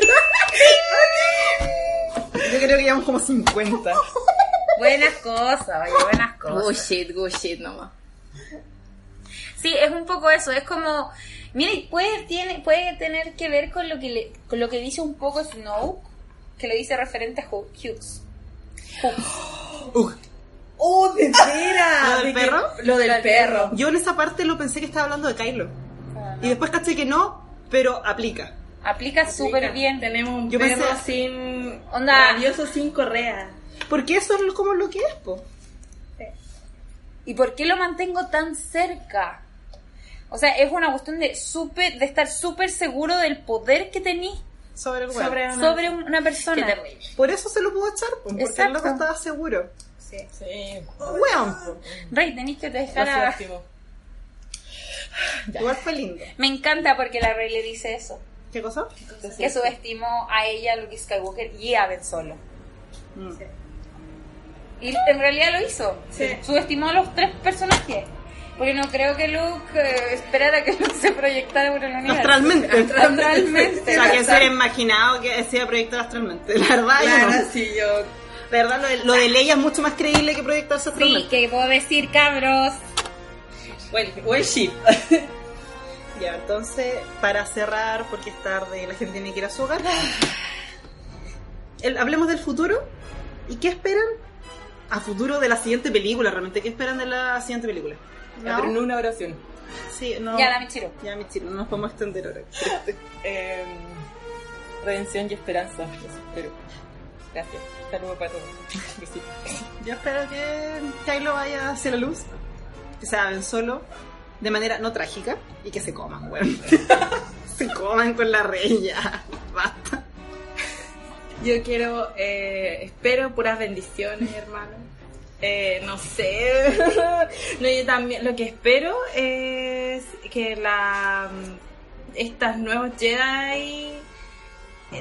Yo creo que llevamos como 50.
buenas cosas, oye, buenas cosas.
shit, good shit nomás.
Sí, es un poco eso, es como mira, y puede tiene puede tener que ver con lo que le- con lo que dice un poco Snow, que lo dice referente a Hu- Hughes.
¡Oh, de veras!
¿Lo del
De que-
perro?
Lo del perro.
Yo en esa parte lo pensé que estaba hablando de Kylo. Y después caché que no, pero aplica.
Aplica súper bien.
Tenemos un
Yo
perro
pensé-
sin...
Onda.
Rabioso sin correa.
Porque eso es como lo que es, po.
¿Y por qué lo mantengo tan cerca? O sea, es una cuestión de súper de estar súper seguro del poder que tenís
Sobre el weón.
Sobre-
sobre un- una persona.
Por eso se lo pudo echar, po, porque el loco
Exacto.
estaba seguro.
Sí.
Weón, po.
Rey, tenéis que dejar
Casi
a,
óptimo.
Igual fue lindo.
Me encanta porque la Rey le dice eso.
¿Qué cosa?
que subestimó a ella, Luke Skywalker y a Ben Solo.
Mm.
Y en realidad lo hizo. Subestimó a los tres personajes. Porque no creo que Luke eh, esperara que Luke se proyectara por el universo.
Astralmente. O
Astralmente.
sea, que se hubiera imaginado que se iba a proyectar astralmente. La verdad, yo
Claro,
no.
sí, yo.
La verdad, lo de, lo de Leia es mucho más creíble que proyectarse
Sí,
astralmente.
que puedo decir, cabros.
Well, well, shit.
Ya, entonces, para cerrar, porque es tarde, la gente tiene que ir a su hogar. El- hablemos del futuro. ¿Y qué esperan a futuro de la siguiente película? Realmente, ¿qué esperan de la siguiente película?
Ya, Pero no una oración.
Sí, no.
Ya la Michiru.
Ya, mi chino, no nos podemos extender ahora.
Em,
Eh, redención y esperanza. Eso espero. Gracias. Saludos para todos. Besitos.
Yo espero que Kylo vaya hacia la luz, que se hagan solo, de manera no trágica, y que se coman, weón. se coman con la rey ya. Basta.
Yo quiero, eh, espero puras bendiciones, hermano. Eh, no sé. no, yo también, lo que espero es que la mm, estas nuevas Jedi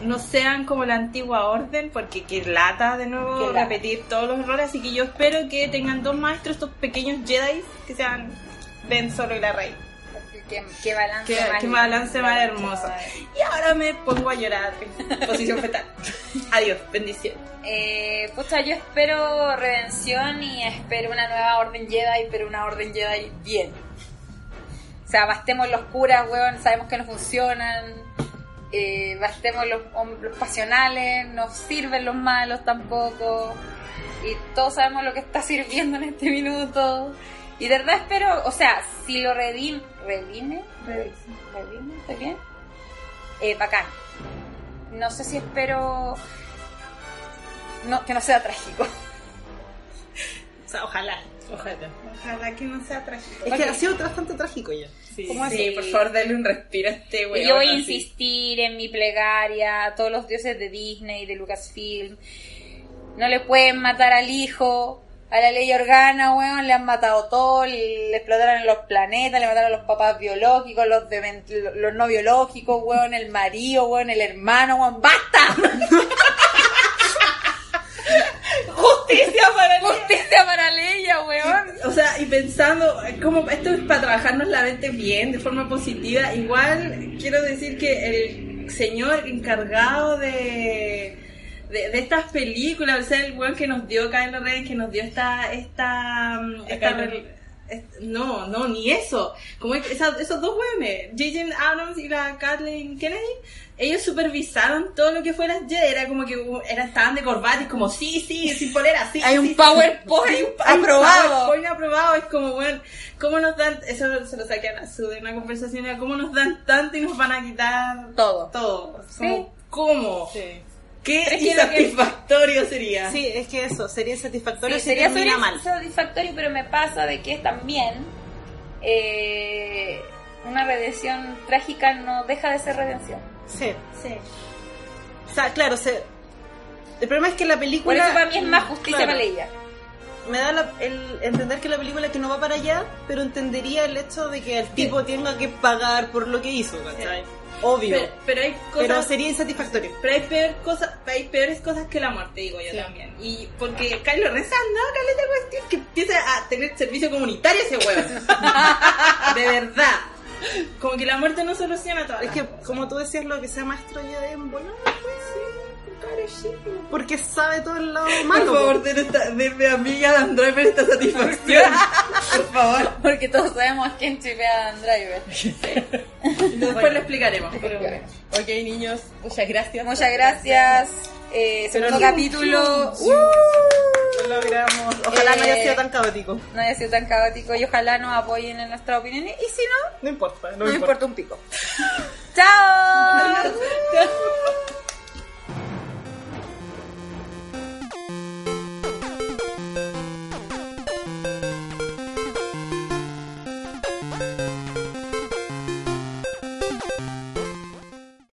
no sean como la antigua orden, porque que lata de nuevo
Qué lata.
repetir todos los errores. Así que yo espero que tengan dos maestros, estos pequeños Jedi, que sean Ben Solo y la Rey.
Qué, qué balance
Qué-
más
qué
lindo.
balance más hermoso. Y ahora me pongo a llorar en posición fetal. Adiós, bendición.
Eh, pucha, yo espero redención y espero una nueva Orden Jedi, pero una Orden Jedi bien. O sea, bastemos los curas, weón, sabemos que no funcionan. Eh, bastemos los, hom- los pasionales, no sirven los malos tampoco. Y todos sabemos lo que está sirviendo en este minuto. Y de verdad espero, o sea, si lo redim, redime, redime, redime, ¿está bien? Eh, bacán. No sé si espero no, que no sea trágico.
O sea, ojalá.
Ojalá.
Ojalá que no sea trágico.
Es que ha sido bastante trágico ya.
Sí.
¿Cómo
Sí,
así?
por favor, dale un respiro a este weón.
Y yo voy a
así.
insistir en mi plegaria a todos los dioses de Disney, de Lucasfilm. No le pueden matar al hijo, a la ley organa, weón, le han matado todo, le explotaron los planetas, le mataron a los papás biológicos, los, de ven- los no biológicos, weón, el marido, weón, el hermano, weón, ¡basta!
Justicia para el
Justicia para Leia, weón.
O sea, y pensando, como esto es para trabajarnos la mente bien, de forma positiva, igual quiero decir que el señor encargado de, de, de estas películas, o sea, el weón que nos dio Kylo Ren, que nos dio esta... esta, mm, esta
Kylo
rel- est- no, no, ni eso. Como es- esa- esos dos weones, J.J. Abrams y la Kathleen Kennedy, ellos supervisaron todo lo que fue las Jedi. Era como que uh, era, estaban de corbata y como, sí, sí, sin polera, sí.
Hay
sí,
un
sí".
PowerPoint
Hay un- hay un
aprobado.
PowerPoint ah, aprobado. Es como, bueno, ¿cómo nos dan? Eso se lo saqué a la Su de una conversación. Era, ¿Cómo nos dan tanto y nos van a quitar
Todo.
todo? Es
Sí.
como, ¿Cómo?
Sí.
¿Qué
Es que lo que-
insatisfactorio sería?
Sí, es que eso, sería insatisfactorio
Sí,
si
sería
termina
soli-
mal.
satisfactorio, pero me pasa de que también eh, una redención trágica no deja de ser redención.
Sí. O sea, claro, se... El problema es que la
Por
película...
eso para mí es más justicia
Claro.
para ella.
me da la- el entender que la película que no va para allá, pero entendería el hecho de que el tipo tenga que pagar por lo que hizo, ¿cachai? Obvio.
Pero, pero hay
Pero,
cosas...
sería insatisfactorio.
Pero hay, peor cosa, hay peores cosas que la muerte, digo yo también. Y porque Kylo Ren se ha andado caleta de cuestión que empieza a tener servicio comunitario ese huevo. de verdad. Como que la muerte no soluciona todo.
Es que, como tú decías, lo que sea maestro ya de embolado, porque sabe todo el lado malo.
Por favor, den esta- denme a mí y a Dan Driver esta satisfacción. Por favor.
Porque todos sabemos quién chipea a Dan Driver.
Después lo explicaremos. pero bueno.
Ok, niños, muchas gracias.
Muchas gracias. Eh, segundo capítulo. Uh,
Lo logramos. Ojalá no haya
Eh,
sido tan caótico.
No haya sido tan caótico y ojalá nos apoyen en nuestras opiniones. Y si no,
No importa, no,
no me importa un pico.